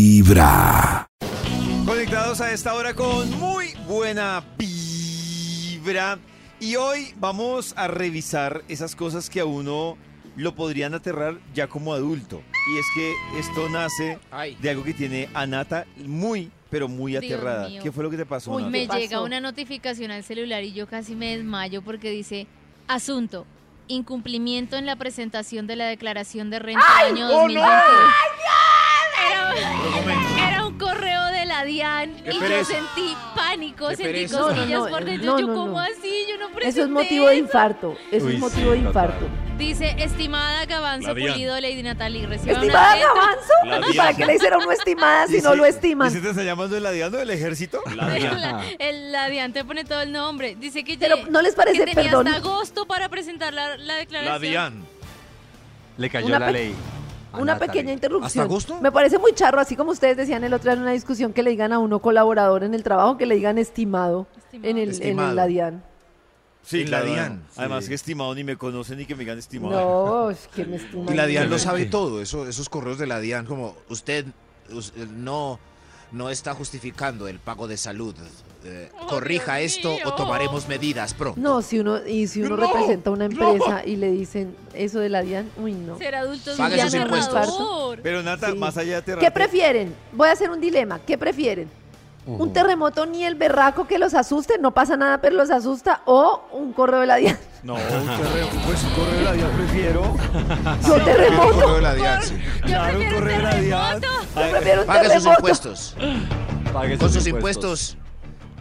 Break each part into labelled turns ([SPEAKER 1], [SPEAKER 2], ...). [SPEAKER 1] vibra.
[SPEAKER 2] Conectados a esta hora con muy buena vibra. Y hoy vamos a revisar esas cosas que a uno lo podrían aterrar ya como adulto. Y es que esto nace de algo que tiene a Nata muy, pero muy
[SPEAKER 3] Dios
[SPEAKER 2] aterrada.
[SPEAKER 3] mío.
[SPEAKER 2] ¿Qué fue lo que te pasó,
[SPEAKER 3] Uy,
[SPEAKER 2] Nata?
[SPEAKER 3] me
[SPEAKER 4] pasó?
[SPEAKER 3] llega una notificación al celular y yo casi me desmayo porque dice, asunto, incumplimiento en la presentación de la declaración de renta año 2020. Era, era un correo de la DIAN
[SPEAKER 5] Qué
[SPEAKER 3] y yo
[SPEAKER 5] pereza.
[SPEAKER 3] sentí pánico,
[SPEAKER 5] Qué
[SPEAKER 3] sentí
[SPEAKER 5] pereza.
[SPEAKER 3] cosillas
[SPEAKER 4] No, no,
[SPEAKER 3] por
[SPEAKER 4] no,
[SPEAKER 3] dentro.
[SPEAKER 4] no,
[SPEAKER 3] yo,
[SPEAKER 4] no,
[SPEAKER 3] ¿cómo
[SPEAKER 4] no.
[SPEAKER 3] así? Yo no presenté
[SPEAKER 4] Eso es motivo de infarto. Eso
[SPEAKER 2] Uy,
[SPEAKER 4] es
[SPEAKER 2] sí,
[SPEAKER 4] motivo de
[SPEAKER 2] total.
[SPEAKER 4] infarto.
[SPEAKER 3] Dice, estimada Gabanzo
[SPEAKER 6] La DIAN.
[SPEAKER 3] Pulido, Lady Natalie, reciba un
[SPEAKER 4] ¿Estimada
[SPEAKER 3] atento...
[SPEAKER 6] La
[SPEAKER 4] Gabanzo?
[SPEAKER 6] diabla.
[SPEAKER 4] ¿Para qué le hicieron una estimada si no lo
[SPEAKER 2] ¿Y si
[SPEAKER 4] estiman?
[SPEAKER 2] te está llamando el adiano del ejército?
[SPEAKER 6] La DIAN.
[SPEAKER 3] La, el, la DIAN te pone todo el nombre. Dice que,
[SPEAKER 4] Pero,
[SPEAKER 3] lle-
[SPEAKER 4] ¿no les parece,
[SPEAKER 3] que tenía
[SPEAKER 4] perdón?
[SPEAKER 3] hasta agosto para presentar la, la declaración.
[SPEAKER 6] La DIAN.
[SPEAKER 7] Le cayó
[SPEAKER 4] Una
[SPEAKER 7] la
[SPEAKER 4] pe-
[SPEAKER 7] ley. a
[SPEAKER 4] Una
[SPEAKER 7] Natalie.
[SPEAKER 4] pequeña interrupción.
[SPEAKER 2] ¿Hasta agosto?
[SPEAKER 4] Me parece muy charro, así como ustedes decían el otro día en una discusión, que le digan a uno colaborador en el trabajo, que le digan estimado,
[SPEAKER 3] Estimado.
[SPEAKER 4] en el, en
[SPEAKER 2] Estimado.
[SPEAKER 4] el Adián.
[SPEAKER 2] Sí,
[SPEAKER 7] En
[SPEAKER 2] la
[SPEAKER 7] la
[SPEAKER 2] DIAN.
[SPEAKER 7] DIAN, sí.
[SPEAKER 2] Además que estimado ni me conocen ni que me digan estimado.
[SPEAKER 4] No, es que me estiman.
[SPEAKER 8] Y la DIAN lo
[SPEAKER 7] Sí.
[SPEAKER 8] sabe todo, eso, esos correos de la DIAN, como usted, us- eh, no, no está justificando el pago de salud. eh,
[SPEAKER 3] Oh,
[SPEAKER 8] corrija
[SPEAKER 3] Dios
[SPEAKER 8] esto
[SPEAKER 3] mío.
[SPEAKER 8] o tomaremos medidas pronto.
[SPEAKER 4] No, si uno, y si uno
[SPEAKER 8] No,
[SPEAKER 4] representa una empresa y le dicen eso de la DIAN, uy, no.
[SPEAKER 3] Ser adulto es un
[SPEAKER 8] Paga
[SPEAKER 4] esos impuestos.
[SPEAKER 3] aterrador.
[SPEAKER 2] Pero Nata,
[SPEAKER 4] Sí.
[SPEAKER 2] más allá de aterrar.
[SPEAKER 4] ¿Qué prefieren? Voy a hacer un dilema. ¿Qué prefieren? ¿Un terremoto ni el berraco que los asuste? No pasa nada, pero los asusta. ¿O un correo de la DIAN?
[SPEAKER 8] Ah,
[SPEAKER 2] No, un correo, pues un correo de la DIAN prefiero.
[SPEAKER 4] Yo
[SPEAKER 8] El
[SPEAKER 4] terremoto.
[SPEAKER 8] correo de la DIAN, sí.
[SPEAKER 2] Claro, un correo de la DIAN.
[SPEAKER 4] Yo prefiero un
[SPEAKER 8] Pague sus
[SPEAKER 4] terremoto.
[SPEAKER 8] impuestos.
[SPEAKER 2] eh,
[SPEAKER 7] Pague
[SPEAKER 8] Con sus impuestos.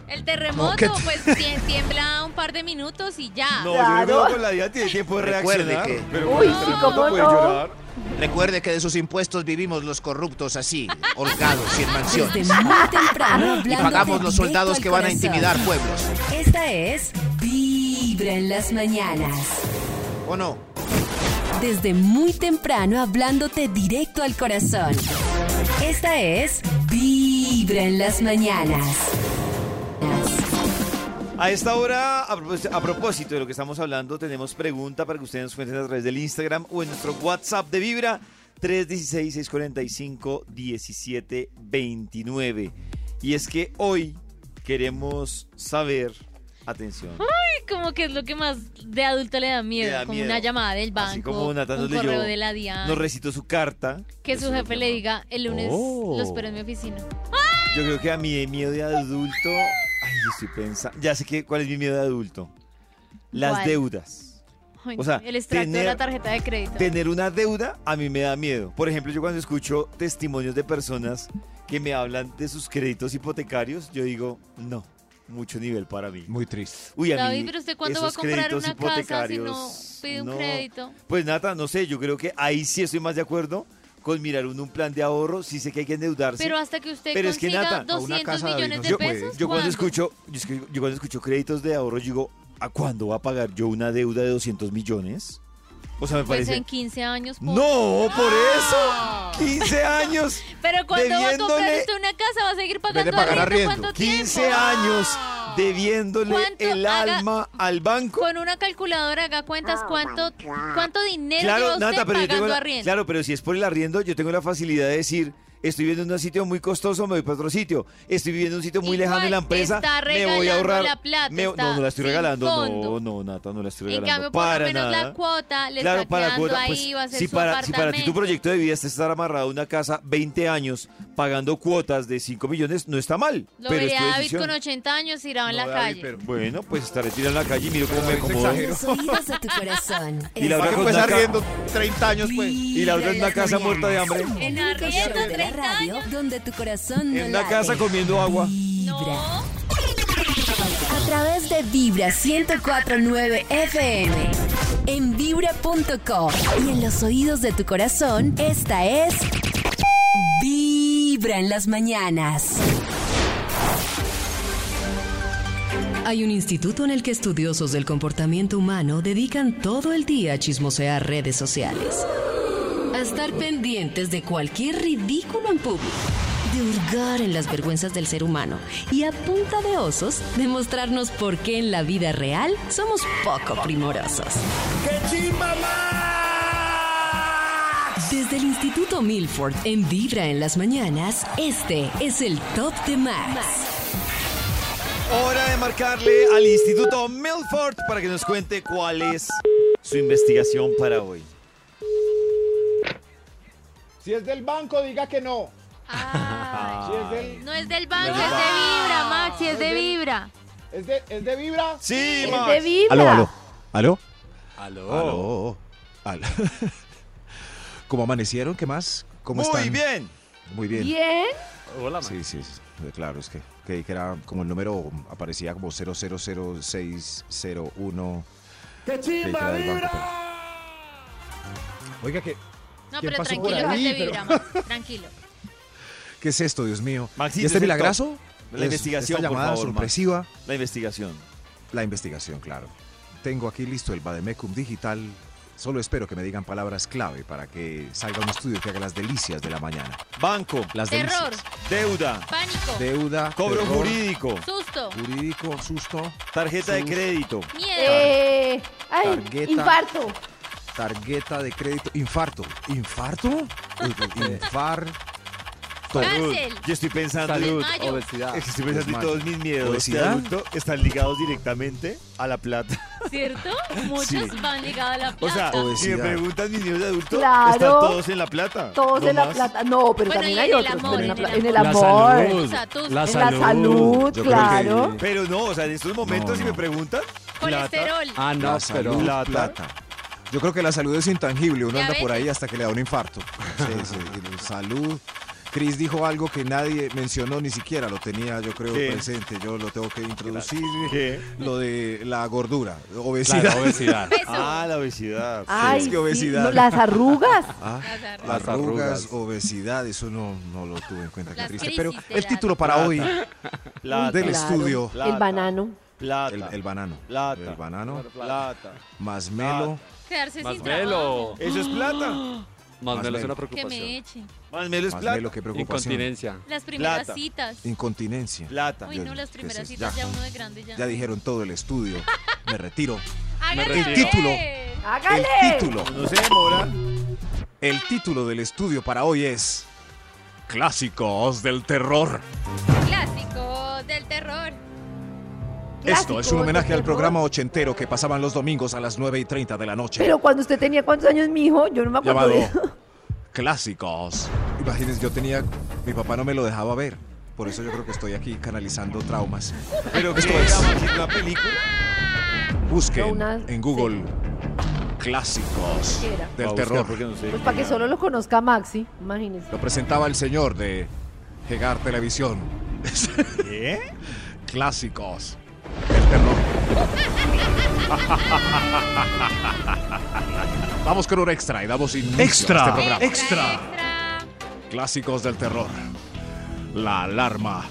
[SPEAKER 3] El terremoto,
[SPEAKER 8] No, ¿qué te-
[SPEAKER 3] pues tie- tiembla un par de minutos y ya.
[SPEAKER 2] No, yo creo
[SPEAKER 4] Claro.
[SPEAKER 2] que con la DIAN tiene tiempo de
[SPEAKER 8] Recuerde
[SPEAKER 2] reaccionar.
[SPEAKER 8] que-
[SPEAKER 2] Pero
[SPEAKER 4] Uy,
[SPEAKER 2] con el
[SPEAKER 4] sí,
[SPEAKER 2] terremoto
[SPEAKER 4] cómo
[SPEAKER 2] puede
[SPEAKER 4] no.
[SPEAKER 2] llorar.
[SPEAKER 8] Recuerde que de sus impuestos vivimos los corruptos así, holgados y en
[SPEAKER 9] Desde
[SPEAKER 8] mansiones.
[SPEAKER 9] muy temprano
[SPEAKER 8] Y
[SPEAKER 9] hablándote
[SPEAKER 8] pagamos los
[SPEAKER 9] directo
[SPEAKER 8] soldados
[SPEAKER 9] al
[SPEAKER 8] que van a
[SPEAKER 9] corazón.
[SPEAKER 8] intimidar pueblos.
[SPEAKER 9] Esta es Vibra en las mañanas.
[SPEAKER 8] ¿O no?
[SPEAKER 9] Desde muy temprano hablándote directo al corazón. Esta es Vibra en las mañanas.
[SPEAKER 2] A esta hora, a propós- a propósito de lo que estamos hablando, tenemos pregunta para que ustedes nos cuenten a través del Instagram o en nuestro WhatsApp de Vibra 316-645-1729. Y es que hoy queremos saber, atención,
[SPEAKER 3] Como que es lo que más de adulto le da miedo.
[SPEAKER 2] Le da
[SPEAKER 3] como
[SPEAKER 2] miedo.
[SPEAKER 3] una llamada del banco,
[SPEAKER 2] así como Nata nos
[SPEAKER 3] un
[SPEAKER 2] leyó,
[SPEAKER 3] correo de la DIAN.
[SPEAKER 2] nos recitó su carta.
[SPEAKER 3] que
[SPEAKER 2] eso
[SPEAKER 3] su
[SPEAKER 2] es lo
[SPEAKER 3] jefe
[SPEAKER 2] que
[SPEAKER 3] le
[SPEAKER 2] más-
[SPEAKER 3] diga, el lunes
[SPEAKER 7] Oh.
[SPEAKER 3] lo espero en mi oficina.
[SPEAKER 2] Yo creo que a mí de miedo de adulto, ay, yo estoy pensando, ya sé que, cuál es mi miedo de adulto, las
[SPEAKER 3] ¿Cuál?
[SPEAKER 2] deudas.
[SPEAKER 3] Ay,
[SPEAKER 2] O sea,
[SPEAKER 3] el extracto de
[SPEAKER 2] tener-
[SPEAKER 3] la tarjeta de crédito.
[SPEAKER 2] Tener una deuda a mí me da miedo. Por ejemplo, yo cuando escucho testimonios de personas que me hablan de sus créditos hipotecarios, yo digo, no, mucho nivel para mí.
[SPEAKER 7] Muy triste.
[SPEAKER 2] Uy, a mí
[SPEAKER 3] David, pero usted cuándo va a
[SPEAKER 2] esos
[SPEAKER 3] comprar
[SPEAKER 2] créditos
[SPEAKER 3] una casa si no
[SPEAKER 2] hipotecarios,
[SPEAKER 3] pide un
[SPEAKER 2] no.
[SPEAKER 3] crédito?
[SPEAKER 2] Pues Nata, no sé, yo creo que ahí sí estoy más de acuerdo con mirar uno un plan de ahorro, sí sé que hay que endeudarse.
[SPEAKER 3] Pero hasta que usted
[SPEAKER 2] Pero es que,
[SPEAKER 3] consiga
[SPEAKER 2] Nata, a una
[SPEAKER 3] 200
[SPEAKER 8] casa, David,
[SPEAKER 3] millones
[SPEAKER 8] no
[SPEAKER 3] de
[SPEAKER 8] se
[SPEAKER 2] yo, pues,
[SPEAKER 8] puede.
[SPEAKER 3] pesos,
[SPEAKER 2] yo cuando
[SPEAKER 3] ¿cuándo?
[SPEAKER 2] escucho, yo, es que- yo cuando escucho créditos de ahorro, yo digo, ¿a cuándo va a pagar yo una deuda de 200 millones? O sea, me
[SPEAKER 3] Pues
[SPEAKER 2] parece...
[SPEAKER 3] en 15 años. po-
[SPEAKER 2] No, por eso. 15 años.
[SPEAKER 3] Ah. pues, Pero cuando va a comprar
[SPEAKER 2] debiéndole-
[SPEAKER 3] usted una casa, va a seguir
[SPEAKER 8] de
[SPEAKER 3] pagando
[SPEAKER 8] pagar
[SPEAKER 3] arriendo,
[SPEAKER 8] arriendo,
[SPEAKER 3] ¿cuánto
[SPEAKER 2] 15
[SPEAKER 3] tiempo?
[SPEAKER 2] años debiéndole
[SPEAKER 3] ¿Cuánto
[SPEAKER 2] el
[SPEAKER 3] haga-
[SPEAKER 2] alma al banco.
[SPEAKER 3] Con una calculadora haga cuentas cuánto, cuánto dinero lleva usted
[SPEAKER 2] Nata, pero yo
[SPEAKER 3] pagando
[SPEAKER 2] tengo la-
[SPEAKER 3] arriendo.
[SPEAKER 2] claro, pero si es por el arriendo, yo tengo la facilidad de decir, estoy viviendo en un sitio muy costoso, me voy para otro sitio. Estoy viviendo en un sitio muy
[SPEAKER 3] Igual,
[SPEAKER 2] lejano de la empresa,
[SPEAKER 3] está
[SPEAKER 2] me voy a
[SPEAKER 3] regalando
[SPEAKER 2] ahorrar.
[SPEAKER 3] la plata,
[SPEAKER 2] me- no,
[SPEAKER 3] está
[SPEAKER 2] no la estoy
[SPEAKER 3] sin
[SPEAKER 2] regalando, no,
[SPEAKER 3] fondo.
[SPEAKER 2] no, Nata, no la estoy
[SPEAKER 3] en
[SPEAKER 2] regalando.
[SPEAKER 3] cambio, por
[SPEAKER 2] para
[SPEAKER 3] lo menos
[SPEAKER 2] nada.
[SPEAKER 3] la cuota le está
[SPEAKER 2] para
[SPEAKER 3] quedando
[SPEAKER 2] cuota,
[SPEAKER 3] ahí,
[SPEAKER 2] pues,
[SPEAKER 3] va a ser
[SPEAKER 2] si,
[SPEAKER 3] su
[SPEAKER 2] para, si
[SPEAKER 3] apartamento.
[SPEAKER 2] para ti tu proyecto de vida es estar amarrado a una casa 20 años pagando cuotas de 5 millones, no está mal.
[SPEAKER 3] Lo
[SPEAKER 2] pero es
[SPEAKER 3] vería
[SPEAKER 2] tu
[SPEAKER 3] David
[SPEAKER 2] decisión.
[SPEAKER 3] con 80 años tirado en la
[SPEAKER 8] No, David,
[SPEAKER 3] calle.
[SPEAKER 8] pero-
[SPEAKER 2] Bueno, pues estaré tirado en la calle y miro cómo me acomodo.
[SPEAKER 8] exagero.
[SPEAKER 9] Los oídos de tu corazón.
[SPEAKER 2] Y la otra
[SPEAKER 9] Esta
[SPEAKER 8] Pague
[SPEAKER 9] es
[SPEAKER 2] con
[SPEAKER 8] pues
[SPEAKER 2] la ca-
[SPEAKER 8] arriendo 30 años, pues.
[SPEAKER 2] y la otra es una
[SPEAKER 9] Vibra las
[SPEAKER 2] casa
[SPEAKER 9] mañanas.
[SPEAKER 2] muerta de hambre.
[SPEAKER 9] El
[SPEAKER 3] En
[SPEAKER 9] único
[SPEAKER 3] arriendo,
[SPEAKER 9] show de la
[SPEAKER 3] 30
[SPEAKER 9] radio donde tu corazón no
[SPEAKER 2] En una
[SPEAKER 9] late.
[SPEAKER 2] casa comiendo agua.
[SPEAKER 9] Vibra.
[SPEAKER 3] No.
[SPEAKER 9] A través de Vibra 104.9 FM. En vibra.com. Y en los oídos de tu corazón, esta es... Vibra en las mañanas.
[SPEAKER 10] Hay un instituto en el que estudiosos del comportamiento humano dedican todo el día a chismosear redes sociales, a estar pendientes de cualquier ridículo en público, de hurgar en las vergüenzas del ser humano y a punta de osos demostrarnos por qué en la vida real somos poco primorosos. Desde el Instituto Milford en Vibra en las mañanas, este es el Top de Max.
[SPEAKER 2] Hora de marcarle al Instituto Milford para que nos cuente cuál es su investigación para hoy.
[SPEAKER 1] Si es del banco, diga que no.
[SPEAKER 3] Ay,
[SPEAKER 1] Si es del.
[SPEAKER 3] no es del banco, es de vibra, Maxi, es de vibra.
[SPEAKER 1] ¿Es de, es de Vibra?
[SPEAKER 2] Sí,
[SPEAKER 4] Es de
[SPEAKER 2] Max.
[SPEAKER 4] vibra.
[SPEAKER 8] Aló, aló. Aló.
[SPEAKER 7] Aló.
[SPEAKER 8] Aló. Aló. ¿Cómo amanecieron? ¿Qué más? ¿Cómo están?
[SPEAKER 2] Muy bien.
[SPEAKER 8] Muy bien.
[SPEAKER 4] Bien.
[SPEAKER 7] Hola, Max.
[SPEAKER 8] Sí, sí, sí, claro, es que creí que era como el número, aparecía como 000601. ¡Qué chimba, Oiga, ¿qué,
[SPEAKER 3] No,
[SPEAKER 8] ¿Quién
[SPEAKER 3] pero
[SPEAKER 8] pasó
[SPEAKER 1] por
[SPEAKER 3] tranquilo, es
[SPEAKER 1] ahí?
[SPEAKER 3] de vibra, Maxi, tranquilo.
[SPEAKER 8] ¿qué es esto, Dios mío?
[SPEAKER 2] Maxito,
[SPEAKER 8] ¿Y este
[SPEAKER 2] es el
[SPEAKER 8] milagrazo?
[SPEAKER 2] La investigación,
[SPEAKER 8] Esta
[SPEAKER 2] por
[SPEAKER 8] llamada
[SPEAKER 2] favor, Max.
[SPEAKER 8] sorpresiva,
[SPEAKER 2] La investigación.
[SPEAKER 8] la investigación, claro. Tengo aquí listo el Bademecum digital. Solo espero que me digan palabras clave para que salga un estudio que haga las delicias de la mañana.
[SPEAKER 2] Banco,
[SPEAKER 8] Las
[SPEAKER 3] Terror,
[SPEAKER 8] delicias.
[SPEAKER 2] deuda,
[SPEAKER 3] pánico,
[SPEAKER 8] Deuda,
[SPEAKER 2] cobro
[SPEAKER 8] terror,
[SPEAKER 2] jurídico,
[SPEAKER 3] susto,
[SPEAKER 8] jurídico, susto,
[SPEAKER 2] tarjeta de
[SPEAKER 8] Sus-
[SPEAKER 2] crédito,
[SPEAKER 3] miedo,
[SPEAKER 4] Eh, ay,
[SPEAKER 8] Targueta.
[SPEAKER 4] infarto.
[SPEAKER 8] Tarjeta de crédito. Infarto. ¿Infarto? Infar.
[SPEAKER 3] cárcel,
[SPEAKER 2] Yo estoy pensando,
[SPEAKER 7] Salud,
[SPEAKER 3] Mayo.
[SPEAKER 7] obesidad.
[SPEAKER 2] estoy pensando en
[SPEAKER 8] Guzmán.
[SPEAKER 2] todos mis miedos de
[SPEAKER 8] Ah, pues, Obesidad.
[SPEAKER 2] adulto están ligados directamente a la plata.
[SPEAKER 3] ¿cierto? Muchos van ligados a la
[SPEAKER 2] O sea,
[SPEAKER 3] plata.
[SPEAKER 2] si me
[SPEAKER 8] Obesidad.
[SPEAKER 2] preguntan mis miedos de adulto,
[SPEAKER 4] Claro.
[SPEAKER 2] están todos en la plata.
[SPEAKER 4] Todos
[SPEAKER 2] No
[SPEAKER 4] en la
[SPEAKER 2] más.
[SPEAKER 4] plata. No, pero
[SPEAKER 3] Bueno,
[SPEAKER 4] también
[SPEAKER 3] y
[SPEAKER 4] hay
[SPEAKER 3] en el
[SPEAKER 4] otros.
[SPEAKER 3] amor,
[SPEAKER 4] pero en, la
[SPEAKER 3] en
[SPEAKER 4] pla-
[SPEAKER 3] el
[SPEAKER 4] en el
[SPEAKER 7] La
[SPEAKER 4] amor.
[SPEAKER 7] salud.
[SPEAKER 3] Tusa, tusa.
[SPEAKER 7] La
[SPEAKER 4] En la
[SPEAKER 7] salud.
[SPEAKER 4] salud,
[SPEAKER 8] Yo creo
[SPEAKER 4] claro.
[SPEAKER 8] que-
[SPEAKER 2] Pero no, o sea, en estos momentos
[SPEAKER 8] No,
[SPEAKER 2] si me
[SPEAKER 8] no.
[SPEAKER 2] preguntan, plata.
[SPEAKER 3] colesterol,
[SPEAKER 7] Ah, no,
[SPEAKER 8] La salud,
[SPEAKER 7] pero.
[SPEAKER 2] La-
[SPEAKER 8] plata. Yo creo que la salud es intangible. Uno anda
[SPEAKER 3] Diabetes.
[SPEAKER 8] por ahí hasta que le da un infarto. Sí, sí. y Salud. Cris dijo algo que nadie mencionó, ni siquiera lo tenía, yo creo,
[SPEAKER 2] ¿Qué?
[SPEAKER 8] presente. Yo lo tengo que introducir.
[SPEAKER 2] ¿Qué?
[SPEAKER 8] Lo de la gordura, obesidad.
[SPEAKER 7] Claro, obesidad.
[SPEAKER 3] peso,
[SPEAKER 2] Ah, la obesidad.
[SPEAKER 4] Ay,
[SPEAKER 8] es que
[SPEAKER 4] sí,
[SPEAKER 8] obesidad.
[SPEAKER 4] no, las arrugas.
[SPEAKER 8] Ah,
[SPEAKER 3] Las arrugas.
[SPEAKER 8] Las
[SPEAKER 7] Las
[SPEAKER 8] arrugas,
[SPEAKER 7] arrugas.
[SPEAKER 8] obesidad, eso no, no lo tuve en cuenta, qué
[SPEAKER 3] Las
[SPEAKER 8] triste.
[SPEAKER 3] crisis
[SPEAKER 8] Pero
[SPEAKER 3] de
[SPEAKER 8] el
[SPEAKER 3] la-
[SPEAKER 8] título para
[SPEAKER 2] Plata.
[SPEAKER 8] hoy,
[SPEAKER 2] Plata.
[SPEAKER 8] Del
[SPEAKER 4] Claro.
[SPEAKER 8] estudio.
[SPEAKER 4] El banano.
[SPEAKER 2] Plata.
[SPEAKER 8] el, el banano.
[SPEAKER 2] Plata.
[SPEAKER 8] El banano,
[SPEAKER 2] Plata. Ah,
[SPEAKER 8] más melo.
[SPEAKER 3] quedarse
[SPEAKER 7] Más
[SPEAKER 3] sin trabajo.
[SPEAKER 7] melo.
[SPEAKER 2] Eso es plata.
[SPEAKER 7] Más melo es una
[SPEAKER 3] Que me
[SPEAKER 7] preocupación.
[SPEAKER 3] echen.
[SPEAKER 2] Más melo es
[SPEAKER 8] Más
[SPEAKER 2] plata.
[SPEAKER 8] melo que preocupación.
[SPEAKER 7] Incontinencia.
[SPEAKER 3] Las primeras
[SPEAKER 2] Plata.
[SPEAKER 3] citas.
[SPEAKER 8] Incontinencia.
[SPEAKER 2] Plata.
[SPEAKER 3] Uy,
[SPEAKER 8] Dios
[SPEAKER 3] no,
[SPEAKER 8] mío,
[SPEAKER 3] las
[SPEAKER 8] ¿qué
[SPEAKER 3] primeras
[SPEAKER 8] es eso?
[SPEAKER 3] citas
[SPEAKER 8] Ya.
[SPEAKER 3] ya uno de grande ya.
[SPEAKER 8] Ya dijeron todo el estudio. Me retiro.
[SPEAKER 3] Hágale.
[SPEAKER 7] retiro.
[SPEAKER 8] El título.
[SPEAKER 4] ¡Hágale!
[SPEAKER 8] El título.
[SPEAKER 2] No se demora.
[SPEAKER 8] El título del estudio para hoy es Clásicos del Terror.
[SPEAKER 3] Clásico del terror.
[SPEAKER 8] Esto es un
[SPEAKER 4] Clásicos
[SPEAKER 8] homenaje
[SPEAKER 4] del
[SPEAKER 8] al programa
[SPEAKER 4] terror.
[SPEAKER 8] ochentero que pasaban los domingos a las 9 y 30 de la noche.
[SPEAKER 4] Pero cuando usted tenía cuántos años, mi hijo, yo no me acuerdo
[SPEAKER 8] llamado
[SPEAKER 4] de eso.
[SPEAKER 8] Clásicos. Imagínense, yo tenía. Mi papá no me lo dejaba ver. Por eso yo creo que estoy aquí canalizando traumas.
[SPEAKER 2] Pero
[SPEAKER 8] Esto
[SPEAKER 2] que
[SPEAKER 8] es.
[SPEAKER 2] era más que una película.
[SPEAKER 8] Busquen
[SPEAKER 4] No, una-
[SPEAKER 8] en Google Clásicos
[SPEAKER 4] ¿Qué era?
[SPEAKER 8] del
[SPEAKER 2] Va a buscar
[SPEAKER 8] terror.
[SPEAKER 2] porque no sé.
[SPEAKER 4] Pues para que solo lo conozca Maxi, imagínense.
[SPEAKER 8] Lo presentaba el señor de Gegar Televisión.
[SPEAKER 2] ¿Qué?
[SPEAKER 8] Clásicos del terror. Vamos con un extra y damos inicio
[SPEAKER 5] Extra.
[SPEAKER 8] a este programa.
[SPEAKER 3] Extra.
[SPEAKER 8] Clásicos del terror. La alarma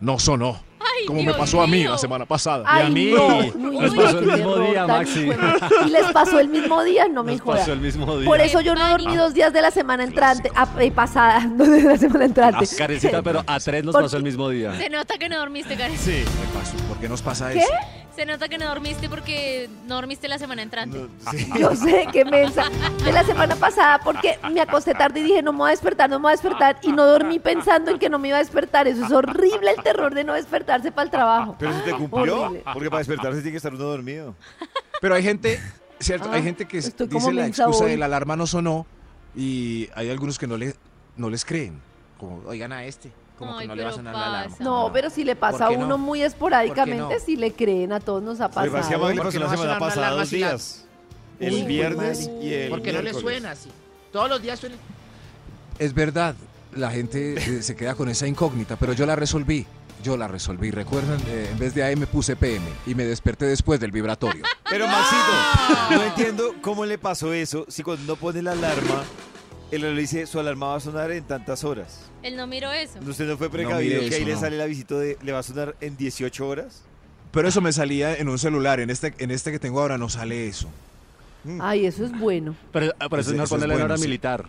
[SPEAKER 8] no sonó.
[SPEAKER 3] Ay,
[SPEAKER 8] como
[SPEAKER 3] Dios
[SPEAKER 8] me pasó a mí
[SPEAKER 3] mío.
[SPEAKER 8] la semana pasada.
[SPEAKER 7] Y a
[SPEAKER 4] Ay,
[SPEAKER 7] mí.
[SPEAKER 4] no, no,
[SPEAKER 7] Nos
[SPEAKER 4] no,
[SPEAKER 7] pasó el
[SPEAKER 4] qué
[SPEAKER 7] mismo
[SPEAKER 4] terror
[SPEAKER 7] día,
[SPEAKER 4] tan
[SPEAKER 7] Maxi.
[SPEAKER 4] hijo de- Y les pasó el mismo día, no me
[SPEAKER 7] Nos
[SPEAKER 4] jodas.
[SPEAKER 7] pasó el mismo día. Ah.
[SPEAKER 4] Por eso yo no dormí
[SPEAKER 3] Pánico.
[SPEAKER 4] dos días de la semana entrante, a- eh, pasada, no de la semana entrante.
[SPEAKER 8] Las
[SPEAKER 7] Ah, Carecita, pero a tres nos
[SPEAKER 4] Porque-
[SPEAKER 7] pasó el mismo día.
[SPEAKER 3] Se nota que no dormiste, Karen.
[SPEAKER 2] Sí.
[SPEAKER 8] ¿Qué pasó? ¿Por qué nos pasa
[SPEAKER 4] ¿Qué?
[SPEAKER 8] eso?
[SPEAKER 3] Se nota que no dormiste porque no dormiste la semana entrante.
[SPEAKER 2] No,
[SPEAKER 8] Ah.
[SPEAKER 2] sí.
[SPEAKER 7] ah.
[SPEAKER 4] Yo sé, qué mensa. De la semana pasada, porque me acosté tarde y dije, no me voy a despertar, no me voy a despertar. Y no dormí pensando en que no me iba a despertar. Eso es horrible, el terror de no despertarse para el trabajo.
[SPEAKER 2] Pero se te cumplió.
[SPEAKER 4] Horrible.
[SPEAKER 2] Porque para despertarse tiene que estar uno dormido.
[SPEAKER 8] Pero hay gente, ¿cierto?
[SPEAKER 4] Ah,
[SPEAKER 8] hay gente que
[SPEAKER 4] estoy
[SPEAKER 8] dice
[SPEAKER 4] como
[SPEAKER 8] la
[SPEAKER 4] mensa
[SPEAKER 8] excusa
[SPEAKER 4] hoy.
[SPEAKER 8] de la alarma no sonó y hay algunos que no, le, no les creen. Como, oigan a este, como
[SPEAKER 3] Ay,
[SPEAKER 8] que no le va a
[SPEAKER 3] pero
[SPEAKER 8] sonar la
[SPEAKER 3] pasa.
[SPEAKER 8] alarma.
[SPEAKER 4] No, pero si le pasa a
[SPEAKER 8] ¿Por qué
[SPEAKER 4] uno
[SPEAKER 8] no?
[SPEAKER 4] muy esporádicamente,
[SPEAKER 8] no?
[SPEAKER 4] si le creen, a todos nos
[SPEAKER 2] Lo
[SPEAKER 4] ha
[SPEAKER 2] que pasa es que a
[SPEAKER 4] pasado.
[SPEAKER 2] Magali le pasó
[SPEAKER 6] Porque no
[SPEAKER 2] la
[SPEAKER 6] va a
[SPEAKER 2] semana
[SPEAKER 6] sonar la
[SPEAKER 2] pasada
[SPEAKER 6] alarma
[SPEAKER 2] dos
[SPEAKER 6] si la-
[SPEAKER 2] días.
[SPEAKER 4] Uy,
[SPEAKER 2] El viernes
[SPEAKER 4] madre.
[SPEAKER 2] y el
[SPEAKER 6] Porque no le
[SPEAKER 2] miércoles.
[SPEAKER 6] suena así. Todos los días suena.
[SPEAKER 8] Es verdad, la gente eh, se queda con esa incógnita, pero yo la resolví. Yo la resolví. Recuerdan, Eh, en vez de AM puse PM y me desperté después del vibratorio.
[SPEAKER 2] Pero Maxito, no entiendo cómo le pasó eso si cuando no pone la alarma, el reloj dice su alarma va a sonar en tantas horas.
[SPEAKER 3] Él no miró eso.
[SPEAKER 2] Usted no fue
[SPEAKER 8] mire
[SPEAKER 2] precavido que
[SPEAKER 8] eso,
[SPEAKER 2] ahí le
[SPEAKER 8] no.
[SPEAKER 2] sale la visita de le va a sonar en 18 horas.
[SPEAKER 8] Pero eso me salía en un celular. En este, en este que tengo ahora no sale eso.
[SPEAKER 4] Ay, eso es bueno.
[SPEAKER 7] Pero ah, por eso
[SPEAKER 8] Ese-
[SPEAKER 7] es
[SPEAKER 8] eso
[SPEAKER 7] mejor
[SPEAKER 8] es
[SPEAKER 7] ponerle en
[SPEAKER 8] bueno,
[SPEAKER 7] hora
[SPEAKER 8] sí.
[SPEAKER 7] militar.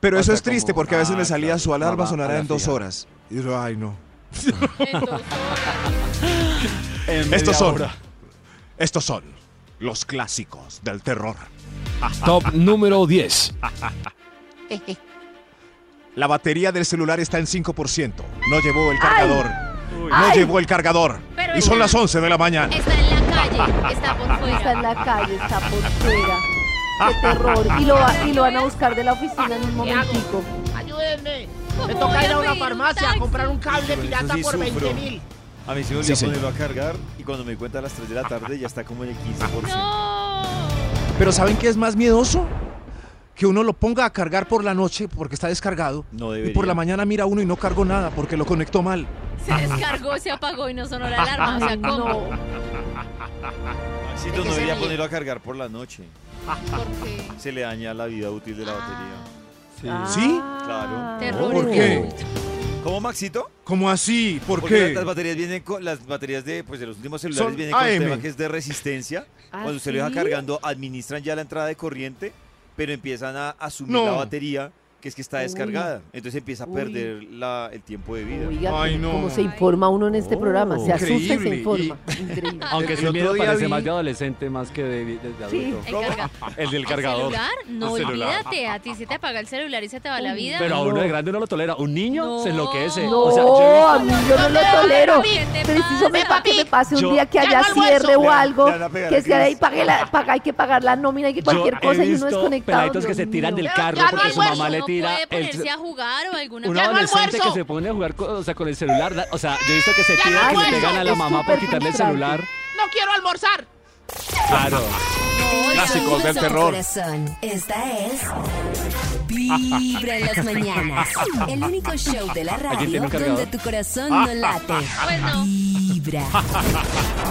[SPEAKER 8] Pero
[SPEAKER 7] O
[SPEAKER 8] eso
[SPEAKER 7] sea,
[SPEAKER 8] es triste
[SPEAKER 7] como-
[SPEAKER 8] porque a veces
[SPEAKER 7] Ah,
[SPEAKER 8] me salía
[SPEAKER 7] claro,
[SPEAKER 8] su alarma
[SPEAKER 7] mamá, a
[SPEAKER 8] sonará
[SPEAKER 7] la
[SPEAKER 8] en dos
[SPEAKER 7] fija.
[SPEAKER 8] horas. Y yo, ay, no.
[SPEAKER 3] Entonces,
[SPEAKER 7] En media
[SPEAKER 8] Estos son,
[SPEAKER 7] hora.
[SPEAKER 8] estos son los clásicos del terror.
[SPEAKER 5] Top número 10.
[SPEAKER 8] La batería del celular está en 5%. No llevó el cargador.
[SPEAKER 7] Uy.
[SPEAKER 8] No
[SPEAKER 4] Ay.
[SPEAKER 8] llevó el cargador.
[SPEAKER 3] Pero
[SPEAKER 8] Y son
[SPEAKER 3] está-
[SPEAKER 8] las 11 de la mañana.
[SPEAKER 3] Está en la calle, está por
[SPEAKER 4] Está en
[SPEAKER 3] fuera.
[SPEAKER 4] la calle, está por fuera. Qué terror. Y lo, va- y lo van a buscar de la oficina en un
[SPEAKER 1] ¿Qué hago?
[SPEAKER 4] momentico.
[SPEAKER 1] Ayúdenme. Me
[SPEAKER 3] ¿Cómo
[SPEAKER 1] toca
[SPEAKER 3] voy
[SPEAKER 1] ir
[SPEAKER 3] a
[SPEAKER 1] a una
[SPEAKER 3] pedir un
[SPEAKER 1] farmacia a
[SPEAKER 3] taxi?
[SPEAKER 1] comprar un cable
[SPEAKER 2] Con eso
[SPEAKER 1] pirata
[SPEAKER 2] sí
[SPEAKER 1] por
[SPEAKER 2] sufro.
[SPEAKER 1] 20 mil.
[SPEAKER 2] A mí se me
[SPEAKER 8] Sí,
[SPEAKER 2] olvidó
[SPEAKER 8] señor.
[SPEAKER 2] ponerlo a cargar y cuando me di cuenta a las 3 de la tarde ya está como en el 15%.
[SPEAKER 3] No.
[SPEAKER 8] Pero ¿saben qué es más miedoso? Que uno lo ponga a cargar por la noche porque está descargado.
[SPEAKER 2] No
[SPEAKER 8] Y
[SPEAKER 2] debería.
[SPEAKER 8] por la mañana mira uno y no cargó nada porque lo conectó mal.
[SPEAKER 3] Se descargó, se apagó y no sonó la alarma. O sea, ¿cómo?
[SPEAKER 4] No.
[SPEAKER 2] Maxito
[SPEAKER 3] Es que
[SPEAKER 2] no
[SPEAKER 3] se
[SPEAKER 2] debería
[SPEAKER 3] le-
[SPEAKER 2] ponerlo a cargar por la noche.
[SPEAKER 3] Porque.
[SPEAKER 2] Se le daña la vida útil
[SPEAKER 3] Ah.
[SPEAKER 2] de la batería.
[SPEAKER 8] ¿Sí?
[SPEAKER 4] Ah.
[SPEAKER 2] Claro.
[SPEAKER 3] Terror.
[SPEAKER 8] ¿Por qué?
[SPEAKER 2] ¿Cómo, Maxito?
[SPEAKER 8] ¿Cómo así? ¿Por
[SPEAKER 2] Porque
[SPEAKER 8] qué?
[SPEAKER 2] las baterías vienen con las baterías de pues de los últimos celulares
[SPEAKER 8] Son
[SPEAKER 2] vienen con el
[SPEAKER 8] AM.
[SPEAKER 2] tema que es de resistencia.
[SPEAKER 4] ¿Ah,
[SPEAKER 2] Cuando usted lo deja
[SPEAKER 4] sí?
[SPEAKER 2] cargando, administran ya la entrada de corriente, pero empiezan a asumir
[SPEAKER 8] No.
[SPEAKER 2] la batería, que es que está
[SPEAKER 4] Uy.
[SPEAKER 2] descargada. Entonces empieza a
[SPEAKER 4] Uy.
[SPEAKER 2] perder la- el tiempo de vida.
[SPEAKER 4] Oiga,
[SPEAKER 8] Ay, no.
[SPEAKER 4] cómo se informa uno en este
[SPEAKER 7] Oh,
[SPEAKER 4] programa. Se asusta y se
[SPEAKER 8] increíble.
[SPEAKER 4] informa. Increíble.
[SPEAKER 7] Aunque
[SPEAKER 8] El
[SPEAKER 7] ese
[SPEAKER 8] otro
[SPEAKER 7] miedo
[SPEAKER 8] día
[SPEAKER 7] parece
[SPEAKER 8] vi-
[SPEAKER 7] más de adolescente más que de, de- de
[SPEAKER 4] Sí.
[SPEAKER 7] adulto.
[SPEAKER 3] El, carga-
[SPEAKER 7] El del
[SPEAKER 3] el
[SPEAKER 7] cargador.
[SPEAKER 3] celular, no
[SPEAKER 7] El celular.
[SPEAKER 3] olvídate. A ti se te apaga el celular y se te va la vida.
[SPEAKER 7] Pero a uno
[SPEAKER 4] No.
[SPEAKER 7] de grande no lo tolera. Un niño
[SPEAKER 3] No.
[SPEAKER 7] se enloquece.
[SPEAKER 3] No.
[SPEAKER 7] O sea,
[SPEAKER 4] no,
[SPEAKER 7] yo,
[SPEAKER 4] a mí yo no
[SPEAKER 3] No
[SPEAKER 4] lo
[SPEAKER 3] te vale,
[SPEAKER 4] tolero.
[SPEAKER 3] papi, te pasa,
[SPEAKER 4] Preciso me pa- que
[SPEAKER 3] papi.
[SPEAKER 4] me pase un
[SPEAKER 7] Yo-
[SPEAKER 4] día que
[SPEAKER 1] Ya
[SPEAKER 4] haya
[SPEAKER 1] no almuerzo.
[SPEAKER 4] cierre
[SPEAKER 2] Le
[SPEAKER 4] o
[SPEAKER 2] van-
[SPEAKER 4] algo,
[SPEAKER 2] le van a pegar a
[SPEAKER 4] que sea ahí
[SPEAKER 2] Cris.
[SPEAKER 4] pague la, paga, hay que pagar la nómina, hay que cualquier
[SPEAKER 7] yo
[SPEAKER 4] cosa
[SPEAKER 7] he
[SPEAKER 4] y uno
[SPEAKER 7] visto
[SPEAKER 4] desconectado.
[SPEAKER 7] peladitos que
[SPEAKER 4] Dios
[SPEAKER 7] se tiran
[SPEAKER 4] mío.
[SPEAKER 7] del carro
[SPEAKER 1] ya no
[SPEAKER 7] porque su
[SPEAKER 1] almuerzo,
[SPEAKER 7] mamá le
[SPEAKER 3] no
[SPEAKER 7] tira.
[SPEAKER 3] puede
[SPEAKER 7] el-
[SPEAKER 3] ponerse a jugar o alguna
[SPEAKER 7] Un
[SPEAKER 1] ¡Ya no
[SPEAKER 7] adolescente que
[SPEAKER 1] almuerzo!
[SPEAKER 7] se pone a jugar con, o sea, con el celular, da- o sea, yo he visto que se
[SPEAKER 1] ¡Ya
[SPEAKER 7] tira,
[SPEAKER 1] no
[SPEAKER 7] que le
[SPEAKER 1] almuerzo!
[SPEAKER 7] pegan a la
[SPEAKER 4] Es
[SPEAKER 7] mamá por
[SPEAKER 4] súper
[SPEAKER 7] quitarle el
[SPEAKER 4] frustrante.
[SPEAKER 7] celular.
[SPEAKER 1] No quiero almorzar.
[SPEAKER 7] Claro.
[SPEAKER 9] Clásicos del terror. Corazón. Esta es Vibra en las mañanas. El único show de la
[SPEAKER 7] ¿Alguien tiene
[SPEAKER 9] radio
[SPEAKER 7] un cargador?
[SPEAKER 9] donde tu corazón no late.
[SPEAKER 3] Pues no.
[SPEAKER 9] Vibra.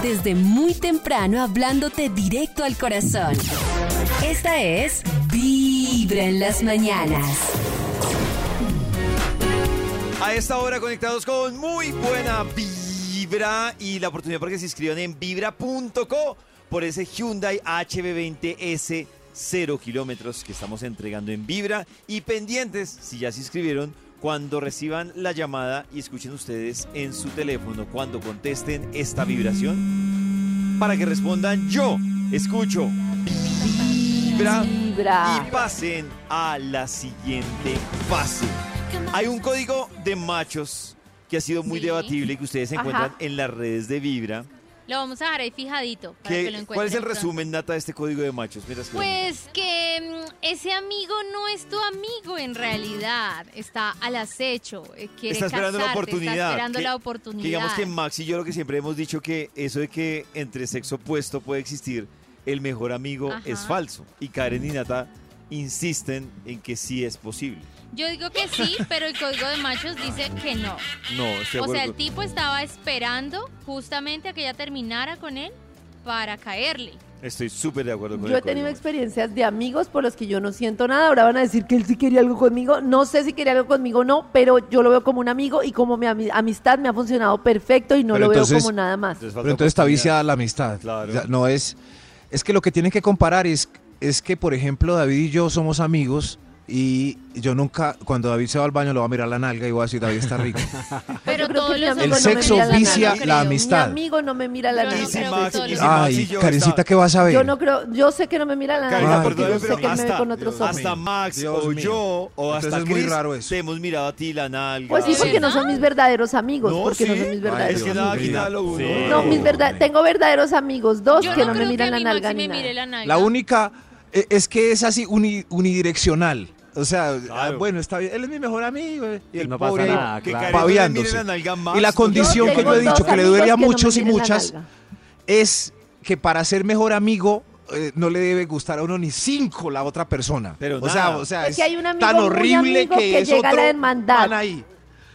[SPEAKER 9] Desde muy temprano hablándote directo al corazón. Esta es Vibra en las mañanas.
[SPEAKER 2] A esta hora conectados con muy buena vibra y la oportunidad para que se inscriban en vibra.co por ese Hyundai HB20S 0 kilómetros que estamos entregando en Vibra y pendientes si ya se inscribieron cuando reciban la llamada y escuchen ustedes en su teléfono cuando contesten esta vibración para que respondan yo escucho Vibra
[SPEAKER 9] Ah.
[SPEAKER 4] Vibra.
[SPEAKER 2] y pasen a la siguiente fase. Hay un código de machos que ha sido muy
[SPEAKER 3] Sí.
[SPEAKER 2] debatible y que ustedes
[SPEAKER 4] Ajá.
[SPEAKER 2] encuentran en las redes de Vibra.
[SPEAKER 3] Lo vamos a dejar ahí fijadito para
[SPEAKER 2] ¿Qué-
[SPEAKER 3] que lo encuentren.
[SPEAKER 2] ¿Cuál es el
[SPEAKER 3] pronto.
[SPEAKER 2] resumen, Nata, de este código de machos? Mira, es que-
[SPEAKER 3] Pues que mm, ese amigo no es tu amigo en realidad. Está al acecho. eh, Quiere
[SPEAKER 2] Está esperando la
[SPEAKER 3] casarte,
[SPEAKER 2] oportunidad,
[SPEAKER 3] Está esperando
[SPEAKER 2] que-
[SPEAKER 3] la
[SPEAKER 2] que
[SPEAKER 3] oportunidad.
[SPEAKER 2] digamos que Max y yo lo que siempre hemos dicho que eso de que entre sexo opuesto puede existir el mejor amigo
[SPEAKER 3] Ajá.
[SPEAKER 2] es falso. Y Karen y Nata insisten en que sí es posible.
[SPEAKER 3] Yo digo que sí, pero el código de machos dice que no.
[SPEAKER 2] No, estoy de
[SPEAKER 3] O sea, el
[SPEAKER 2] acuerdo.
[SPEAKER 3] tipo estaba esperando justamente a que ella terminara con él para caerle.
[SPEAKER 2] Estoy súper de acuerdo con
[SPEAKER 4] Yo
[SPEAKER 2] el
[SPEAKER 4] he tenido
[SPEAKER 2] código.
[SPEAKER 4] experiencias de amigos por los que yo no siento nada. Ahora van a decir que él sí quería algo conmigo. No sé si quería algo conmigo o no, pero yo lo veo como un amigo y como mi ami- amistad me ha funcionado perfecto y no
[SPEAKER 8] Pero
[SPEAKER 4] lo
[SPEAKER 8] entonces-
[SPEAKER 4] veo como nada más.
[SPEAKER 2] Entonces falta
[SPEAKER 8] Pero entonces está
[SPEAKER 2] oportunidad.
[SPEAKER 8] viciada la amistad.
[SPEAKER 2] Claro.
[SPEAKER 8] Ya, No es. Es que lo que tienen que comparar es, es que, por ejemplo, David y yo somos amigos y yo nunca, cuando David se va al baño, lo va a mirar la nalga y voy a decir, David está rico.
[SPEAKER 3] Pero
[SPEAKER 4] Yo creo
[SPEAKER 3] todos los
[SPEAKER 4] que mi amigo
[SPEAKER 8] El
[SPEAKER 4] no
[SPEAKER 3] hombres
[SPEAKER 4] me
[SPEAKER 8] sexo
[SPEAKER 4] mira la
[SPEAKER 8] vicia
[SPEAKER 4] nalga.
[SPEAKER 8] la
[SPEAKER 3] creo.
[SPEAKER 8] amistad.
[SPEAKER 4] Mi amigo no me mira la
[SPEAKER 3] Yo no
[SPEAKER 2] Y
[SPEAKER 4] nalga.
[SPEAKER 2] si
[SPEAKER 3] creo que
[SPEAKER 2] Max-
[SPEAKER 3] todos
[SPEAKER 2] y si
[SPEAKER 3] los-
[SPEAKER 2] Max y
[SPEAKER 8] Ay,
[SPEAKER 2] yo
[SPEAKER 8] Karencita,
[SPEAKER 2] está-
[SPEAKER 8] ¿qué vas a ver?
[SPEAKER 4] Yo no creo, yo sé que no me mira la
[SPEAKER 2] Karen,
[SPEAKER 4] nalga
[SPEAKER 8] Ay,
[SPEAKER 4] porque
[SPEAKER 2] perdóname,
[SPEAKER 4] yo
[SPEAKER 8] Dios
[SPEAKER 4] sé
[SPEAKER 2] pero
[SPEAKER 4] que me ve
[SPEAKER 2] hasta-
[SPEAKER 4] con otros
[SPEAKER 8] Dios
[SPEAKER 4] ojos.
[SPEAKER 2] Hasta
[SPEAKER 8] mío.
[SPEAKER 2] Max
[SPEAKER 8] Dios
[SPEAKER 2] o
[SPEAKER 8] mío.
[SPEAKER 2] yo o hasta
[SPEAKER 8] Entonces es muy
[SPEAKER 2] Chris,
[SPEAKER 8] raro eso.
[SPEAKER 2] te hemos mirado a ti la nalga.
[SPEAKER 4] Pues sí, porque no son mis verdaderos amigos,
[SPEAKER 2] No,
[SPEAKER 4] porque no
[SPEAKER 2] sí.
[SPEAKER 4] son mis
[SPEAKER 8] Ay,
[SPEAKER 4] verdaderos
[SPEAKER 2] Es que
[SPEAKER 8] Dios
[SPEAKER 2] nada,
[SPEAKER 8] mío.
[SPEAKER 2] quita lo uno.
[SPEAKER 7] Sí.
[SPEAKER 4] No, mis verda-
[SPEAKER 8] Hombre.
[SPEAKER 4] tengo verdaderos amigos, dos
[SPEAKER 3] Yo
[SPEAKER 4] que
[SPEAKER 3] no,
[SPEAKER 4] no me
[SPEAKER 3] creo que
[SPEAKER 4] miran
[SPEAKER 3] a
[SPEAKER 4] la
[SPEAKER 3] mi
[SPEAKER 4] nalga
[SPEAKER 3] Maxi me
[SPEAKER 4] ni nada.
[SPEAKER 3] mire la nalga.
[SPEAKER 8] La única eh, es que es así uni- unidireccional. O sea, ah,
[SPEAKER 2] Claro.
[SPEAKER 8] bueno, está bien. Él es mi mejor amigo. eh, Y
[SPEAKER 7] Y
[SPEAKER 8] el
[SPEAKER 7] no pasa
[SPEAKER 8] pobre ahí
[SPEAKER 7] nada,
[SPEAKER 2] Que
[SPEAKER 7] claro.
[SPEAKER 2] Karen no le mire
[SPEAKER 8] paviándose.
[SPEAKER 2] la nalga a Max,
[SPEAKER 8] Y la
[SPEAKER 2] no.
[SPEAKER 8] condición que
[SPEAKER 4] tengo
[SPEAKER 8] yo he dicho
[SPEAKER 4] dos
[SPEAKER 8] que le duele a
[SPEAKER 4] amigos que no me
[SPEAKER 8] muchos y
[SPEAKER 4] miren la
[SPEAKER 8] muchas
[SPEAKER 4] nalga.
[SPEAKER 8] es que para ser mejor amigo eh, no le debe gustar a uno ni cinco la otra persona.
[SPEAKER 2] Pero
[SPEAKER 8] o
[SPEAKER 2] nada.
[SPEAKER 8] sea, o sea,
[SPEAKER 4] Es que Pues hay un amigo
[SPEAKER 8] tan
[SPEAKER 4] muy
[SPEAKER 8] horrible
[SPEAKER 4] amigo
[SPEAKER 8] que,
[SPEAKER 4] que
[SPEAKER 8] es
[SPEAKER 4] llega a la
[SPEAKER 8] otro
[SPEAKER 4] hermandad.
[SPEAKER 8] pan ahí.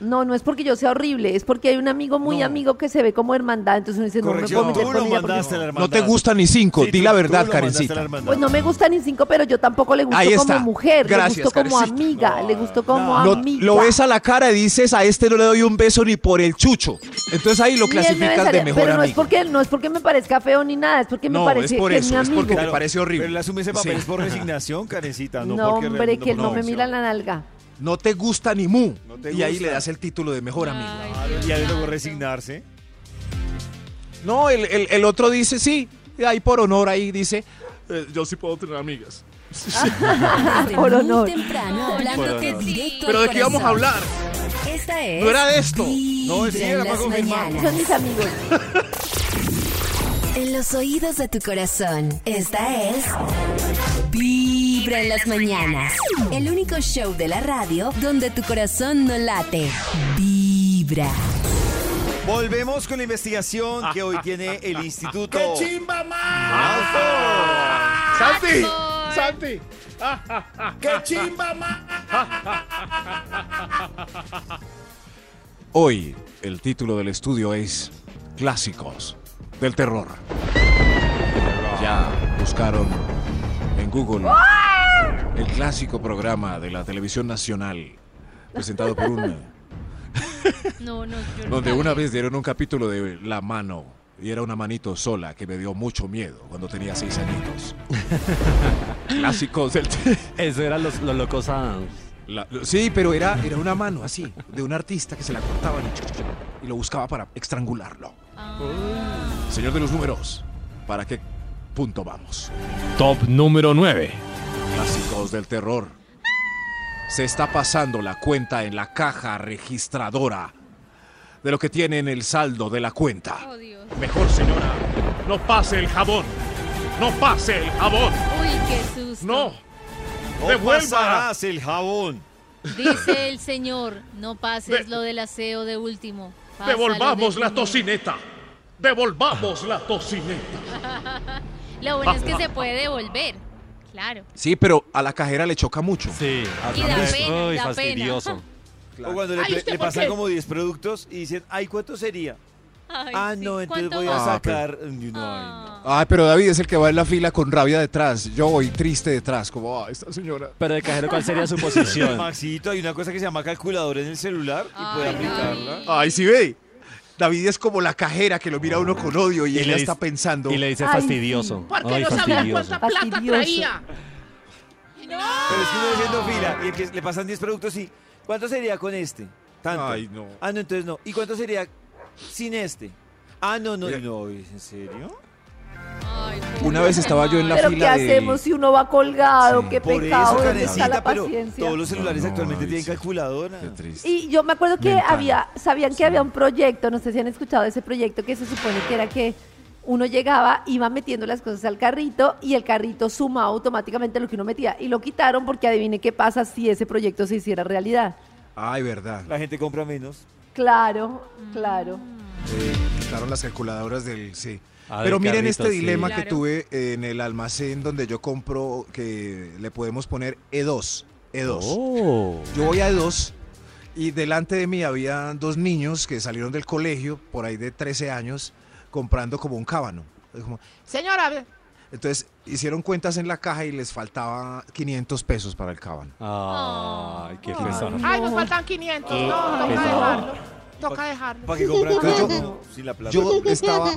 [SPEAKER 4] No, no es porque yo sea horrible, es porque hay un amigo muy
[SPEAKER 2] No.
[SPEAKER 4] amigo que se ve como hermandad, entonces uno dice, no me
[SPEAKER 2] Corrección,
[SPEAKER 4] puedo meter
[SPEAKER 2] tú
[SPEAKER 4] con
[SPEAKER 2] lo
[SPEAKER 4] ella porque-
[SPEAKER 2] mandaste a la hermandad.
[SPEAKER 8] No te gusta ni cinco,
[SPEAKER 2] Sí,
[SPEAKER 8] di
[SPEAKER 2] tú-
[SPEAKER 8] la
[SPEAKER 2] tú
[SPEAKER 8] verdad,
[SPEAKER 2] lo mandaste a la
[SPEAKER 8] Karencita.
[SPEAKER 2] hermandad.
[SPEAKER 4] Pues no me gusta ni cinco, pero yo tampoco le gustó
[SPEAKER 8] Ahí está.
[SPEAKER 4] como mujer,
[SPEAKER 8] Gracias,
[SPEAKER 4] le gustó como
[SPEAKER 8] Karencita.
[SPEAKER 4] amiga,
[SPEAKER 2] No,
[SPEAKER 4] le gustó como
[SPEAKER 2] no.
[SPEAKER 8] Lo,
[SPEAKER 4] amiga.
[SPEAKER 8] lo ves a la cara y dices, a este no le doy un beso ni por el chucho. Entonces ahí lo
[SPEAKER 4] Ni él me
[SPEAKER 8] clasificas
[SPEAKER 4] besaría,
[SPEAKER 8] de mejor
[SPEAKER 4] pero no es
[SPEAKER 8] amigo.
[SPEAKER 4] porque no es porque me parezca feo ni nada, es porque me
[SPEAKER 8] No,
[SPEAKER 4] parece
[SPEAKER 8] es por
[SPEAKER 4] que es
[SPEAKER 8] eso,
[SPEAKER 4] mi
[SPEAKER 8] es porque
[SPEAKER 4] amigo.
[SPEAKER 8] te parece horrible.
[SPEAKER 2] Pero le asume ese papel
[SPEAKER 8] Sí.
[SPEAKER 2] es por resignación, Karencita. No,
[SPEAKER 4] no,
[SPEAKER 2] porque
[SPEAKER 4] hombre, que él no,
[SPEAKER 2] por
[SPEAKER 4] me mira
[SPEAKER 2] opción.
[SPEAKER 4] la nalga.
[SPEAKER 8] No te gusta ni mu.
[SPEAKER 2] No te
[SPEAKER 8] y ahí
[SPEAKER 2] gusta.
[SPEAKER 8] le das el título de mejor amigo.
[SPEAKER 2] Claro, Y ya le tocó resignarse.
[SPEAKER 8] No, el, el- el otro dice sí. y Ahí por honor, ahí dice, eh, yo sí puedo tener amigas.
[SPEAKER 10] Desde
[SPEAKER 4] Por
[SPEAKER 10] muy
[SPEAKER 4] honor.
[SPEAKER 10] temprano hablándote
[SPEAKER 2] honor.
[SPEAKER 10] directo
[SPEAKER 5] Pero
[SPEAKER 10] al
[SPEAKER 5] de qué vamos a
[SPEAKER 10] corazón.
[SPEAKER 5] hablar.
[SPEAKER 10] Esta es
[SPEAKER 5] No era de esto.
[SPEAKER 10] No,
[SPEAKER 2] No, es que era
[SPEAKER 10] en
[SPEAKER 2] para
[SPEAKER 10] las
[SPEAKER 2] confirmar.
[SPEAKER 4] Son
[SPEAKER 10] mañanas.
[SPEAKER 4] mis amigos.
[SPEAKER 10] En los oídos de tu corazón. Esta es Vibra en las mañanas. El único show de la radio donde tu corazón no late. Vibra.
[SPEAKER 2] Volvemos con la investigación que hoy tiene el Instituto.
[SPEAKER 5] chimba
[SPEAKER 2] Alfa.
[SPEAKER 5] más! ¡Santi!
[SPEAKER 3] Amor.
[SPEAKER 5] ¡Santi! ¡Qué chimba más!
[SPEAKER 8] Hoy el título del estudio es Clásicos del Terror. Ya buscaron en Google el clásico programa de la televisión nacional presentado por un
[SPEAKER 3] No, no, yo
[SPEAKER 8] donde
[SPEAKER 3] nunca
[SPEAKER 8] una
[SPEAKER 3] vi.
[SPEAKER 8] vez dieron un capítulo de La mano y era una manito sola que me dio mucho miedo cuando tenía seis añitos. Clásicos del te-
[SPEAKER 7] Eso eran los, los locos Adams.
[SPEAKER 8] la- sí, pero era, era una mano así, de un artista que se la cortaban y, chuc, chuc, chuc, y lo buscaba para estrangularlo. Señor de los números, ¿para qué punto vamos?
[SPEAKER 5] Top número 9.
[SPEAKER 8] Clásicos del terror. Se está pasando la cuenta en la caja registradora de lo que tiene en el saldo de la cuenta.
[SPEAKER 3] Oh, Dios.
[SPEAKER 5] Mejor señora, no pase el jabón. No pase el jabón.
[SPEAKER 3] Uy, qué susto.
[SPEAKER 5] No.
[SPEAKER 2] No
[SPEAKER 5] Devuelva.
[SPEAKER 2] pasarás el jabón.
[SPEAKER 3] Dice el señor, no pases
[SPEAKER 5] De-
[SPEAKER 3] lo del aseo de último. pasa lo
[SPEAKER 5] Devolvamos
[SPEAKER 3] de
[SPEAKER 5] la
[SPEAKER 3] primero.
[SPEAKER 5] tocineta. Devolvamos la tocineta.
[SPEAKER 3] Lo bueno es que se puede devolver. Claro.
[SPEAKER 8] Sí, pero a la cajera le choca mucho.
[SPEAKER 7] Sí.
[SPEAKER 8] Ah,
[SPEAKER 3] Y da pena, da pena.
[SPEAKER 7] fastidioso.
[SPEAKER 2] O cuando le,
[SPEAKER 1] Ay,
[SPEAKER 2] le
[SPEAKER 1] ¿usted por
[SPEAKER 2] pasan
[SPEAKER 1] qué?
[SPEAKER 2] como 10 productos y dicen, ay, ¿cuánto sería?
[SPEAKER 3] Ay,
[SPEAKER 2] ah,
[SPEAKER 3] sí.
[SPEAKER 2] no, entonces
[SPEAKER 3] ¿Cuánto
[SPEAKER 2] voy
[SPEAKER 3] va?
[SPEAKER 2] a
[SPEAKER 8] Ah,
[SPEAKER 2] sacar. Ay, no, ay, no.
[SPEAKER 3] Ah.
[SPEAKER 8] Ay, pero David es el que va en la fila con rabia detrás. Yo voy triste detrás, como, ah, esta señora.
[SPEAKER 7] Pero de cajero, ¿cuál sería su posición?
[SPEAKER 2] Maxito, hay una cosa que se llama calculadora en el celular y puede
[SPEAKER 3] Ay,
[SPEAKER 2] aplicarla.
[SPEAKER 3] David.
[SPEAKER 8] Ay, sí ve. David es como la cajera que lo mira a uno con odio y,
[SPEAKER 7] Y
[SPEAKER 8] ella
[SPEAKER 7] le
[SPEAKER 8] está
[SPEAKER 7] dice-
[SPEAKER 8] pensando.
[SPEAKER 7] Y le dice
[SPEAKER 4] Ay,
[SPEAKER 7] fastidioso.
[SPEAKER 1] Porque
[SPEAKER 7] Ay,
[SPEAKER 1] no sabía cuánta
[SPEAKER 7] fastidioso.
[SPEAKER 1] plata
[SPEAKER 4] Fastidioso.
[SPEAKER 1] traía.
[SPEAKER 2] Pero es que uno haciendo fila y empie- le pasan 10 productos y ¿cuánto sería con este? Tanto.
[SPEAKER 8] Ay, no.
[SPEAKER 2] Ah, no, entonces no. ¿Y cuánto sería sin este? Ah, no, no.
[SPEAKER 8] Mira.
[SPEAKER 2] No, ¿en serio?
[SPEAKER 3] Ay,
[SPEAKER 8] Una
[SPEAKER 3] pobre
[SPEAKER 8] vez estaba yo en
[SPEAKER 3] Germán.
[SPEAKER 8] la
[SPEAKER 4] Pero ¿qué
[SPEAKER 8] fila de-
[SPEAKER 4] hacemos si uno va colgado?
[SPEAKER 8] Sí.
[SPEAKER 4] Qué
[SPEAKER 2] Por
[SPEAKER 4] pecado,
[SPEAKER 2] eso,
[SPEAKER 4] ¿dónde está la
[SPEAKER 2] Karencita, pero
[SPEAKER 4] paciencia?
[SPEAKER 2] todos los celulares
[SPEAKER 8] No, no,
[SPEAKER 2] actualmente
[SPEAKER 8] ay,
[SPEAKER 2] tienen
[SPEAKER 8] sí.
[SPEAKER 2] calculadora.
[SPEAKER 8] Qué triste.
[SPEAKER 4] Y yo me acuerdo que
[SPEAKER 8] Mental.
[SPEAKER 4] había, sabían que había un proyecto, no sé si han escuchado de ese proyecto que se supone que era que uno llegaba, iba metiendo las cosas al carrito y el carrito sumaba automáticamente lo que uno metía y lo quitaron porque adivine qué pasa si ese proyecto se hiciera realidad.
[SPEAKER 8] Ay, verdad.
[SPEAKER 2] La gente compra menos.
[SPEAKER 4] Claro, claro.
[SPEAKER 8] Eh, quitaron las calculadoras del sí.
[SPEAKER 7] Ah,
[SPEAKER 8] Pero
[SPEAKER 7] del
[SPEAKER 8] miren
[SPEAKER 7] carrito,
[SPEAKER 8] este
[SPEAKER 7] sí.
[SPEAKER 8] dilema que
[SPEAKER 3] Claro.
[SPEAKER 8] tuve en el almacén donde yo compro que le podemos poner E E2. E2.
[SPEAKER 7] Oh.
[SPEAKER 8] Yo voy a E2 y delante de mí había dos niños que salieron del colegio, por ahí de 13 años, comprando como un cábano. Es como-
[SPEAKER 1] Señora, ve-
[SPEAKER 8] Entonces hicieron cuentas en la caja y les faltaba 500 pesos para el cábano.
[SPEAKER 7] Ay, qué pesado.
[SPEAKER 1] ay, nos faltan 500. No, toca
[SPEAKER 7] pesado.
[SPEAKER 1] dejarlo. Toca dejarlo.
[SPEAKER 2] ¿Para qué compran
[SPEAKER 8] Pero yo-
[SPEAKER 2] cada uno sin la plata?
[SPEAKER 8] Yo estaba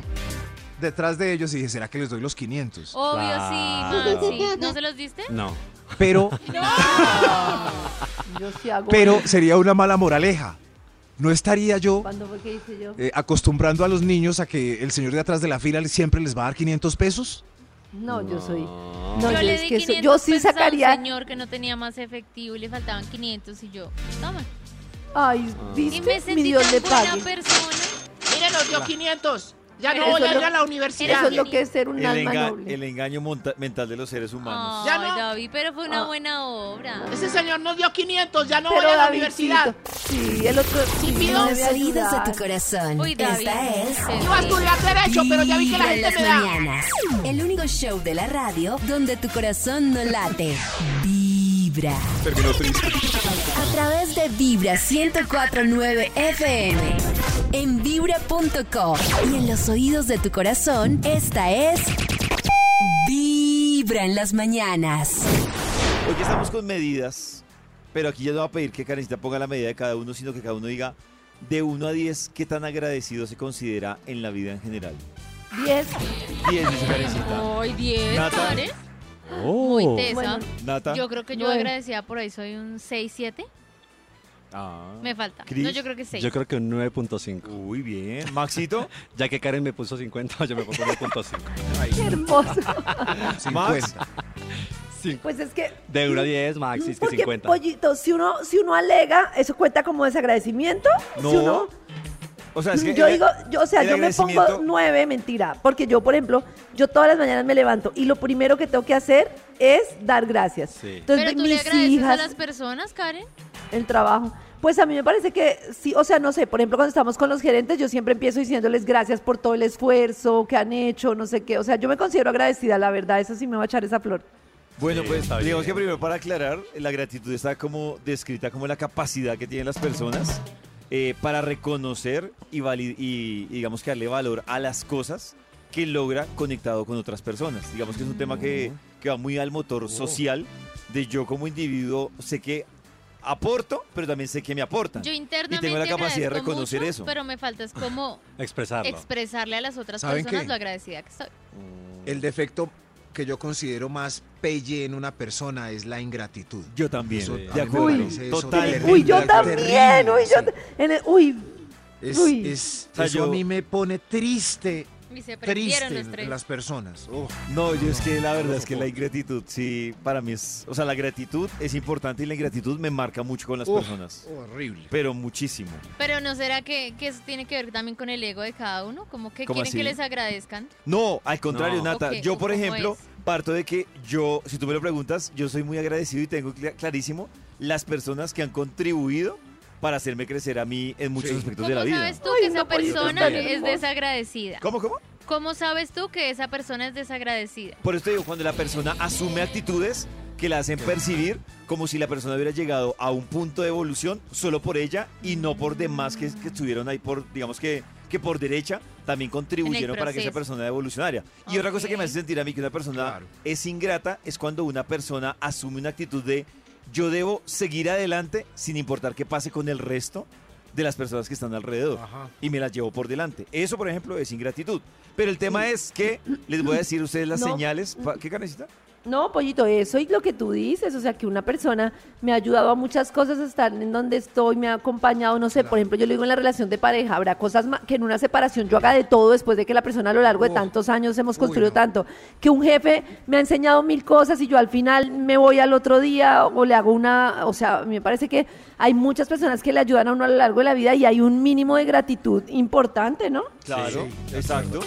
[SPEAKER 8] detrás de ellos y dije, ¿será que les doy los 500?
[SPEAKER 3] Obvio,
[SPEAKER 7] Claro.
[SPEAKER 3] sí, Maxi. ¿No se los diste?
[SPEAKER 7] No.
[SPEAKER 8] Pero
[SPEAKER 4] Yo sí hago.
[SPEAKER 8] Pero sería una mala moraleja. No estaría yo
[SPEAKER 4] ¿Cuándo fue que hice yo?
[SPEAKER 8] eh, acostumbrando a los niños a que el señor de atrás de la fila siempre les va a dar 500 pesos.
[SPEAKER 4] No, yo soy. No,
[SPEAKER 3] yo
[SPEAKER 4] yo,
[SPEAKER 3] le
[SPEAKER 4] es
[SPEAKER 3] di
[SPEAKER 4] que soy-
[SPEAKER 3] 500
[SPEAKER 4] yo sí
[SPEAKER 3] pesos a un
[SPEAKER 4] sacaría.
[SPEAKER 3] señor que no tenía más efectivo y le faltaban 500 y yo, toma.
[SPEAKER 4] Ay,
[SPEAKER 3] Y me
[SPEAKER 4] ¿viste? Mi
[SPEAKER 3] sentí
[SPEAKER 4] Dios le
[SPEAKER 3] tan buena
[SPEAKER 4] pague.
[SPEAKER 3] persona.
[SPEAKER 1] Miren, nos dio 500. Ya no
[SPEAKER 3] Eso
[SPEAKER 1] voy a
[SPEAKER 4] lo-
[SPEAKER 1] ir a la
[SPEAKER 4] Eso
[SPEAKER 1] universidad.
[SPEAKER 4] es lo que es ser un
[SPEAKER 2] el,
[SPEAKER 4] alma
[SPEAKER 2] enga-
[SPEAKER 4] noble.
[SPEAKER 2] el engaño monta- mental de los seres humanos.
[SPEAKER 1] Ya
[SPEAKER 3] Ay,
[SPEAKER 1] no.
[SPEAKER 3] David, pero fue una
[SPEAKER 4] Ah.
[SPEAKER 3] buena obra.
[SPEAKER 1] Ese señor nos dio 500. Ya no voy
[SPEAKER 4] Pero
[SPEAKER 1] a la
[SPEAKER 4] Davidcito,
[SPEAKER 1] universidad.
[SPEAKER 4] Sí, el otro. Sí,
[SPEAKER 1] pido-
[SPEAKER 10] En
[SPEAKER 4] no
[SPEAKER 10] los
[SPEAKER 4] debe
[SPEAKER 10] oídos de
[SPEAKER 4] ayudar.
[SPEAKER 10] tu corazón.
[SPEAKER 3] Uy, David.
[SPEAKER 10] Esta es
[SPEAKER 3] te
[SPEAKER 1] Iba a estudiar Derecho, pero ya vi que
[SPEAKER 10] Vibra
[SPEAKER 1] la
[SPEAKER 10] en
[SPEAKER 1] gente
[SPEAKER 10] las
[SPEAKER 1] me da.
[SPEAKER 10] mañanas. El único show de la radio donde tu corazón no late. Vibra.
[SPEAKER 9] a través de Vibra 1049 FM en vibra.co y en los oídos de tu corazón esta es
[SPEAKER 10] Vibra en las mañanas.
[SPEAKER 1] Ah.
[SPEAKER 2] Hoy que estamos con medidas, pero aquí ya no va a pedir que Karencita ponga la medida de cada uno, sino que cada uno diga de 1 a 10 qué tan agradecido se considera en la vida en general.
[SPEAKER 4] Diez.
[SPEAKER 2] 10 dice Karencita.
[SPEAKER 3] Ay, 10,
[SPEAKER 2] Nata.
[SPEAKER 3] Karen.
[SPEAKER 7] Oh.
[SPEAKER 3] Muy tesa.
[SPEAKER 4] Bueno.
[SPEAKER 2] Nata.
[SPEAKER 3] Yo creo que yo
[SPEAKER 4] Nueve.
[SPEAKER 3] agradecida por ahí soy un 6, 7.
[SPEAKER 7] Ah.
[SPEAKER 3] Me falta.
[SPEAKER 2] Cris,
[SPEAKER 3] No, yo creo que 6.
[SPEAKER 7] Yo creo que un 9.5.
[SPEAKER 2] Uy, bien. Maxito.
[SPEAKER 7] Ya que Karen me puso 50, yo me pongo 9.5.
[SPEAKER 4] Qué hermoso.
[SPEAKER 8] 50.
[SPEAKER 2] Max.
[SPEAKER 7] Cinco.
[SPEAKER 4] Pues es que.
[SPEAKER 7] De 1 a 10, Maxi, es que
[SPEAKER 4] Porque,
[SPEAKER 7] 50.
[SPEAKER 4] pollito, si uno, si uno alega, ¿eso cuenta como desagradecimiento?
[SPEAKER 2] No.
[SPEAKER 4] Si uno-
[SPEAKER 2] O sea, es que.
[SPEAKER 4] yo
[SPEAKER 2] el-
[SPEAKER 4] digo, yo, o sea,
[SPEAKER 2] el
[SPEAKER 4] yo me pongo
[SPEAKER 2] agradecimiento-
[SPEAKER 4] nueve, mentira. Porque yo, por ejemplo, yo todas las mañanas me levanto y lo primero que tengo que hacer es dar gracias.
[SPEAKER 7] Sí.
[SPEAKER 4] Entonces,
[SPEAKER 3] Pero tú le
[SPEAKER 4] mis
[SPEAKER 3] agradeces a
[SPEAKER 4] hijas,
[SPEAKER 3] las personas, Karen.
[SPEAKER 4] el trabajo. Pues a mí me parece que sí, o sea, no sé, por ejemplo, cuando estamos con los gerentes, yo siempre empiezo diciéndoles gracias por todo el esfuerzo que han hecho, no sé qué. O sea, yo me considero agradecida, la verdad, eso sí me va a echar esa flor.
[SPEAKER 2] Bueno,
[SPEAKER 7] Sí,
[SPEAKER 2] pues
[SPEAKER 7] está
[SPEAKER 2] digamos que
[SPEAKER 7] bien.
[SPEAKER 2] primero para aclarar, la gratitud está como descrita como la capacidad que tienen las personas eh, para reconocer y, vali- y, y digamos que darle valor a las cosas que logra conectado con otras personas. Digamos que es un tema que,
[SPEAKER 8] Mm.
[SPEAKER 2] que va muy al motor
[SPEAKER 8] Oh.
[SPEAKER 2] social de yo como individuo sé que aporto, pero también sé que me aportan.
[SPEAKER 3] Yo internamente
[SPEAKER 2] tengo la capacidad de
[SPEAKER 3] agradezco
[SPEAKER 2] reconocer
[SPEAKER 3] mucho,
[SPEAKER 2] eso.
[SPEAKER 3] Pero me falta es como
[SPEAKER 7] Expresarlo.
[SPEAKER 3] expresarle a las otras
[SPEAKER 8] ¿Saben
[SPEAKER 3] personas
[SPEAKER 8] qué?
[SPEAKER 3] lo agradecida que soy.
[SPEAKER 7] El
[SPEAKER 8] El defecto que yo considero más pelle en una persona es la ingratitud.
[SPEAKER 2] Yo también.
[SPEAKER 8] Eso
[SPEAKER 2] de
[SPEAKER 8] también me
[SPEAKER 2] acuerdo.
[SPEAKER 8] parece eso
[SPEAKER 2] Total.
[SPEAKER 8] terrible.
[SPEAKER 4] Uy, yo
[SPEAKER 8] terrible,
[SPEAKER 4] también, uy, yo.
[SPEAKER 8] sí.
[SPEAKER 4] en el- uy,
[SPEAKER 8] Es,
[SPEAKER 4] Uy.
[SPEAKER 8] es-
[SPEAKER 2] O sea,
[SPEAKER 8] eso
[SPEAKER 2] yo-
[SPEAKER 8] a mí me pone triste,
[SPEAKER 3] Y se prendieron
[SPEAKER 8] triste
[SPEAKER 3] los
[SPEAKER 8] en
[SPEAKER 3] tres.
[SPEAKER 8] las personas. Uf.
[SPEAKER 2] No, yo es que la verdad es que
[SPEAKER 8] no.
[SPEAKER 2] la ingratitud, sí, para mí es, o sea, la gratitud es importante y la ingratitud me marca mucho con las
[SPEAKER 8] Uf,
[SPEAKER 2] personas,
[SPEAKER 8] Horrible.
[SPEAKER 2] pero muchísimo.
[SPEAKER 3] Pero ¿no será que, que eso tiene que ver también con el ego de cada uno? Como que
[SPEAKER 2] ¿Cómo
[SPEAKER 3] quieren
[SPEAKER 2] así?
[SPEAKER 3] que les agradezcan.
[SPEAKER 2] No, al contrario,
[SPEAKER 7] No.
[SPEAKER 2] Nata,
[SPEAKER 3] Ok,
[SPEAKER 2] yo
[SPEAKER 3] ¿o
[SPEAKER 2] por
[SPEAKER 3] cómo
[SPEAKER 2] ejemplo
[SPEAKER 3] es?
[SPEAKER 2] parto de que yo, si tú me lo preguntas, yo soy muy agradecido y tengo cla- clarísimo las personas que han contribuido para hacerme crecer a mí en muchos
[SPEAKER 8] Sí.
[SPEAKER 2] aspectos
[SPEAKER 3] ¿Cómo
[SPEAKER 2] de la vida. pues,
[SPEAKER 3] sabes tú
[SPEAKER 4] Ay,
[SPEAKER 3] que
[SPEAKER 4] una
[SPEAKER 3] esa
[SPEAKER 4] pollita
[SPEAKER 3] persona
[SPEAKER 2] tan
[SPEAKER 3] es
[SPEAKER 4] hermosa.
[SPEAKER 3] desagradecida?
[SPEAKER 2] ¿Cómo, cómo?
[SPEAKER 3] ¿Cómo sabes tú que esa persona es desagradecida?
[SPEAKER 2] Por eso te digo, cuando la persona asume actitudes que la hacen percibir como si la persona hubiera llegado a un punto de evolución solo por ella y no por demás que, que estuvieron ahí por, digamos que, que por derecha también contribuyeron para que esa
[SPEAKER 3] proceso.
[SPEAKER 2] persona evolucionara. Y otra cosa que me hace sentir a mí que una persona
[SPEAKER 8] Claro.
[SPEAKER 2] es ingrata es cuando una persona asume una actitud de yo debo seguir adelante sin importar qué pase con el resto de las personas que están alrededor
[SPEAKER 8] Ajá.
[SPEAKER 2] y me las llevo por delante. Eso, por ejemplo, es ingratitud. Pero el tema es que les voy a decir a ustedes las
[SPEAKER 4] No.
[SPEAKER 2] señales. pa- ¿Qué canecita?
[SPEAKER 4] No, pollito, eso y lo que tú dices, o sea, que una persona me ha ayudado a muchas cosas a estar en donde estoy, me ha acompañado, no sé, por ejemplo, yo lo digo en la relación de pareja, habrá cosas ma- que en una separación yo haga de todo después de que la persona a lo largo de
[SPEAKER 8] Uf.
[SPEAKER 4] tantos años hemos
[SPEAKER 8] Uy,
[SPEAKER 4] construido
[SPEAKER 8] no.
[SPEAKER 4] tanto, que un jefe me ha enseñado mil cosas y yo al final me voy al otro día o le hago una, o sea, me parece que hay muchas personas que le ayudan a uno a lo largo de la vida y hay un mínimo de gratitud importante, ¿no?
[SPEAKER 2] Claro, exacto.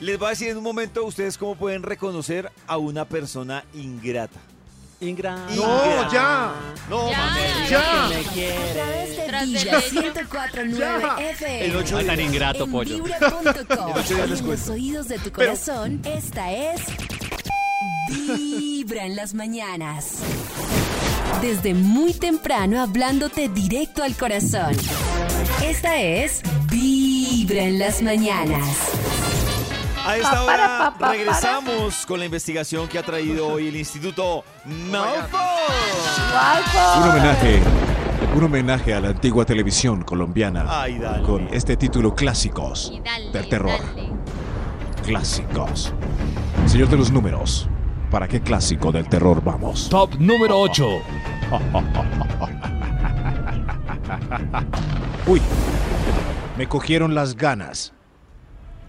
[SPEAKER 2] Les voy a decir en un momento ustedes cómo pueden reconocer a una persona ingrata.
[SPEAKER 4] Ah.
[SPEAKER 7] Ingra.
[SPEAKER 2] Ingrata.
[SPEAKER 8] ya!
[SPEAKER 2] No,
[SPEAKER 3] Ya.
[SPEAKER 2] mames.
[SPEAKER 8] ¡Ya!
[SPEAKER 9] A través de
[SPEAKER 3] Tras del
[SPEAKER 9] Vibra
[SPEAKER 3] hecho.
[SPEAKER 9] 1049 FM.
[SPEAKER 2] El ocho
[SPEAKER 7] No tan
[SPEAKER 2] días.
[SPEAKER 7] ingrato,
[SPEAKER 9] en
[SPEAKER 7] pollo.
[SPEAKER 2] Ocho
[SPEAKER 9] Vibra.com.
[SPEAKER 2] días les
[SPEAKER 9] en los
[SPEAKER 2] cuento.
[SPEAKER 9] oídos de tu
[SPEAKER 2] Pero-
[SPEAKER 9] corazón, esta es Vibra en las mañanas. Desde muy temprano hablándote directo al corazón. Esta es Vibra en las mañanas.
[SPEAKER 2] A esta
[SPEAKER 4] Papara,
[SPEAKER 2] hora
[SPEAKER 4] papapara.
[SPEAKER 2] regresamos con la investigación que ha traído hoy el Instituto Malfoy.
[SPEAKER 8] Un homenaje, un homenaje a la antigua televisión colombiana
[SPEAKER 2] Ay, dale.
[SPEAKER 8] con este título Clásicos
[SPEAKER 3] Y dale,
[SPEAKER 8] del terror.
[SPEAKER 3] dale.
[SPEAKER 8] Clásicos. Señor de los números, ¿para qué clásico del terror vamos?
[SPEAKER 6] Top número 8.
[SPEAKER 8] Uy, me cogieron las ganas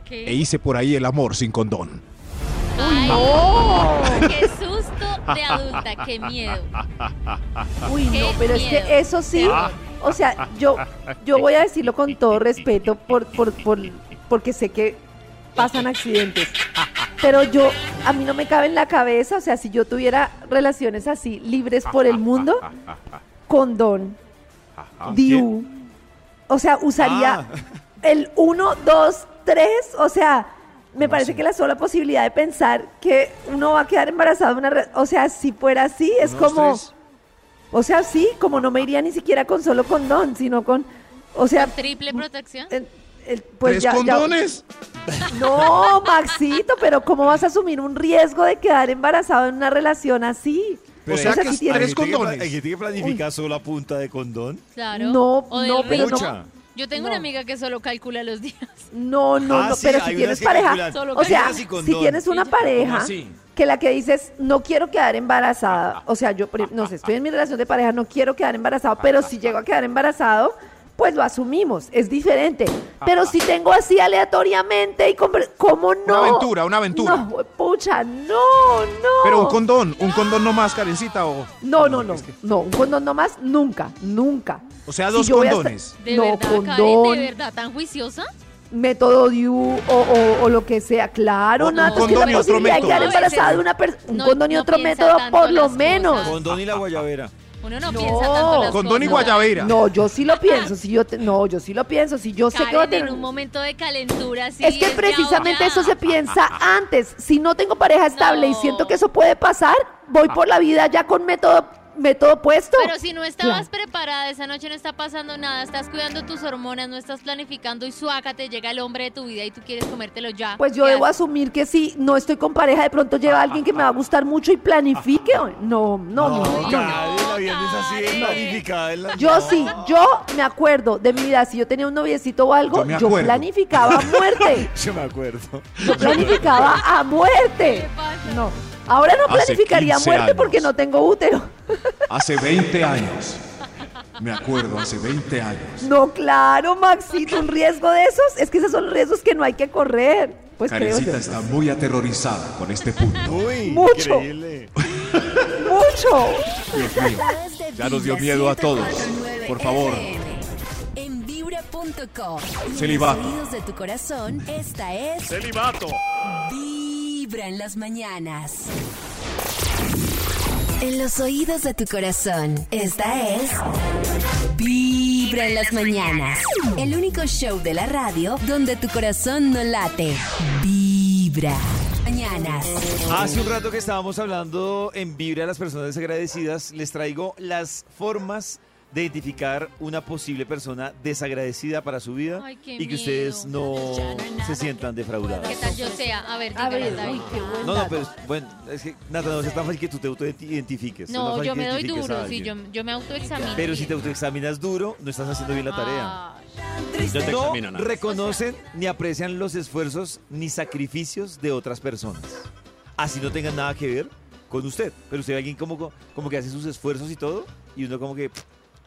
[SPEAKER 3] ¿Qué?
[SPEAKER 8] e hice por ahí el amor sin condón.
[SPEAKER 3] Ay, ¡Qué susto de adulta! ¡Qué miedo!
[SPEAKER 4] Uy,
[SPEAKER 3] Qué
[SPEAKER 4] no, pero es
[SPEAKER 3] miedo.
[SPEAKER 4] que eso sí, o sea, yo, yo voy a decirlo con todo respeto por, por, por, porque sé que pasan accidentes. Pero yo, a mí no me cabe en la cabeza, o sea, si yo tuviera relaciones así, libres por el mundo, condón, diu, o sea, usaría
[SPEAKER 2] Ah.
[SPEAKER 4] el 1, 2, 3, o sea, me parece que la sola posibilidad de pensar que uno va a quedar embarazado, de una re- o sea, si fuera así, es
[SPEAKER 8] Uno, dos,
[SPEAKER 4] como...
[SPEAKER 8] tres.
[SPEAKER 4] O sea, sí, como no me iría ni siquiera con solo condón, sino con. O sea.
[SPEAKER 3] ¿Triple protección?
[SPEAKER 4] el- el- pues
[SPEAKER 8] ¿Tres
[SPEAKER 4] ya- ya-
[SPEAKER 8] condones?
[SPEAKER 4] No, Maxito, pero ¿cómo vas a asumir un riesgo de quedar embarazado en una relación así?
[SPEAKER 8] o sea
[SPEAKER 4] sea,
[SPEAKER 8] que
[SPEAKER 4] sí
[SPEAKER 8] es
[SPEAKER 4] tiene-
[SPEAKER 8] tres
[SPEAKER 2] ¿Hay gente que pla-
[SPEAKER 8] condones.
[SPEAKER 2] ¿Hay gente que planifica solo a punta de condón?
[SPEAKER 3] Claro.
[SPEAKER 4] No,
[SPEAKER 3] O de
[SPEAKER 4] no, pero
[SPEAKER 3] ritmo.
[SPEAKER 2] no.
[SPEAKER 3] Yo tengo
[SPEAKER 4] No.
[SPEAKER 3] una amiga que solo calcula los días.
[SPEAKER 4] No, no,
[SPEAKER 2] Ah,
[SPEAKER 4] no,
[SPEAKER 2] sí,
[SPEAKER 4] pero
[SPEAKER 2] hay
[SPEAKER 4] si
[SPEAKER 2] unas
[SPEAKER 4] tienes
[SPEAKER 2] que
[SPEAKER 4] pareja.
[SPEAKER 2] calculan
[SPEAKER 4] O sea,
[SPEAKER 2] condones y
[SPEAKER 4] si
[SPEAKER 2] condón.
[SPEAKER 4] tienes una pareja que la que dices, no quiero quedar embarazada. O sea, yo, por ejemplo, no sé, estoy en mi relación de pareja, no quiero quedar embarazado, pero si llego a quedar embarazado, pues lo asumimos, es diferente. Pero si tengo así aleatoriamente y con- ¿cómo no?
[SPEAKER 8] aventura, una aventura.
[SPEAKER 4] No, pucha, no, no.
[SPEAKER 8] Pero un condón, un condón nomás, Karencita, o...
[SPEAKER 4] No, no, no,
[SPEAKER 8] es que-
[SPEAKER 4] no, un condón nomás, nunca, nunca.
[SPEAKER 8] O sea,
[SPEAKER 4] Si
[SPEAKER 8] dos
[SPEAKER 4] yo voy a
[SPEAKER 8] condones.
[SPEAKER 4] estar-
[SPEAKER 3] ¿De
[SPEAKER 4] no,
[SPEAKER 3] verdad, Karen?
[SPEAKER 4] condón,
[SPEAKER 3] ¿De verdad tan juiciosa?
[SPEAKER 4] método DIU o, o- o lo que sea. Claro,
[SPEAKER 8] O un
[SPEAKER 4] Nata, es que
[SPEAKER 8] condón
[SPEAKER 4] la
[SPEAKER 8] y otro
[SPEAKER 4] posibilidad de
[SPEAKER 8] método.
[SPEAKER 4] quedar
[SPEAKER 8] No,
[SPEAKER 4] embarazada
[SPEAKER 3] ese-
[SPEAKER 4] de una persona, un
[SPEAKER 3] no-
[SPEAKER 4] condón y
[SPEAKER 3] no
[SPEAKER 4] otro
[SPEAKER 3] piensa
[SPEAKER 4] método,
[SPEAKER 3] tanto
[SPEAKER 4] por
[SPEAKER 3] las
[SPEAKER 4] lo
[SPEAKER 3] cosas.
[SPEAKER 4] menos.
[SPEAKER 2] Condón y la guayabera.
[SPEAKER 3] Uno no,
[SPEAKER 4] No.
[SPEAKER 3] piensa tanto en las
[SPEAKER 8] Condón y
[SPEAKER 3] cosas.
[SPEAKER 8] guayabeira.
[SPEAKER 4] No, yo sí lo pienso, si yo te- no, yo sí lo pienso, si yo sé que voy a
[SPEAKER 3] Karen,
[SPEAKER 4] tener
[SPEAKER 3] en un momento de calentura, sí,
[SPEAKER 4] es que
[SPEAKER 3] ya o
[SPEAKER 4] precisamente
[SPEAKER 3] ya.
[SPEAKER 4] eso se piensa antes. Si no tengo pareja estable y
[SPEAKER 3] No.
[SPEAKER 4] siento que eso puede pasar, voy por la vida ya con método método puesto.
[SPEAKER 3] Pero si no estabas preparada, esa noche no está pasando nada, estás cuidando tus hormonas, no estás planificando y suaca, te llega el hombre de tu vida y tú quieres comértelo ya.
[SPEAKER 4] Pues yo
[SPEAKER 3] ¿Qué
[SPEAKER 4] debo
[SPEAKER 3] haces?
[SPEAKER 4] asumir que si no estoy con pareja, de pronto lleva a alguien que me va a gustar mucho y planifique. No, no, no. no.
[SPEAKER 2] Karen, la vida
[SPEAKER 3] no,
[SPEAKER 2] no es así, de
[SPEAKER 3] Karen.
[SPEAKER 2] planificada, es la-
[SPEAKER 4] Yo sí, yo me acuerdo de mi vida. Si yo tenía un noviecito o algo,
[SPEAKER 8] Yo me
[SPEAKER 4] yo,
[SPEAKER 8] acuerdo.
[SPEAKER 4] planificaba a muerte.
[SPEAKER 2] Yo me acuerdo.
[SPEAKER 4] Yo planificaba a muerte.
[SPEAKER 3] ¿Qué pasa?
[SPEAKER 4] No. Ahora no
[SPEAKER 8] Hace
[SPEAKER 4] planificaría a
[SPEAKER 8] 15
[SPEAKER 4] muerte
[SPEAKER 8] años.
[SPEAKER 4] porque no tengo útero.
[SPEAKER 8] Hace 20 años. Me acuerdo, hace 20 años.
[SPEAKER 4] No, claro, Maxito, un riesgo de esos. Es que esos son riesgos que no hay que correr. Pues creo yo.
[SPEAKER 8] Karencita está muy aterrorizada con este punto.
[SPEAKER 2] Uy,
[SPEAKER 4] Mucho.
[SPEAKER 2] increíble.
[SPEAKER 4] Mucho.
[SPEAKER 8] Dios mío. Ya nos dio miedo a todos.
[SPEAKER 9] 104.9
[SPEAKER 8] Por favor.
[SPEAKER 9] FM. En vibra.com.
[SPEAKER 8] Celibato.
[SPEAKER 9] En los oídos de tu corazón, esta es
[SPEAKER 5] Celibato.
[SPEAKER 9] Vibra en las mañanas. En los oídos de tu corazón, esta es Vibra en las mañanas. El único show de la radio donde tu corazón no late. Vibra. Mañanas.
[SPEAKER 2] Hace un rato que estábamos hablando en Vibra a las personas desagradecidas, les traigo las formas de identificar una posible persona desagradecida para su vida
[SPEAKER 3] Ay, qué
[SPEAKER 2] y que ustedes no se sientan
[SPEAKER 3] ¿Qué
[SPEAKER 2] defraudados.
[SPEAKER 3] tal yo sea? A ver,
[SPEAKER 4] A
[SPEAKER 3] dígale,
[SPEAKER 4] ver,
[SPEAKER 3] David.
[SPEAKER 4] uy, qué buen
[SPEAKER 2] No, no,
[SPEAKER 4] dato.
[SPEAKER 2] pero es- bueno, es que Nata, no es tan fácil que tú te autoidentifiques. es más
[SPEAKER 3] No,
[SPEAKER 2] fácil
[SPEAKER 3] yo
[SPEAKER 2] que
[SPEAKER 3] me doy
[SPEAKER 2] identifiques a
[SPEAKER 3] duro, sí, yo,
[SPEAKER 2] alguien.
[SPEAKER 3] yo me autoexamino.
[SPEAKER 2] Pero si te autoexaminas duro, no estás haciendo bien la tarea.
[SPEAKER 3] Ah,
[SPEAKER 2] No reconocen ni aprecian los esfuerzos ni sacrificios de otras personas. Así no tengan nada que ver con usted. Pero usted ve a alguien como, como que hace sus esfuerzos y todo, y uno como que, pff,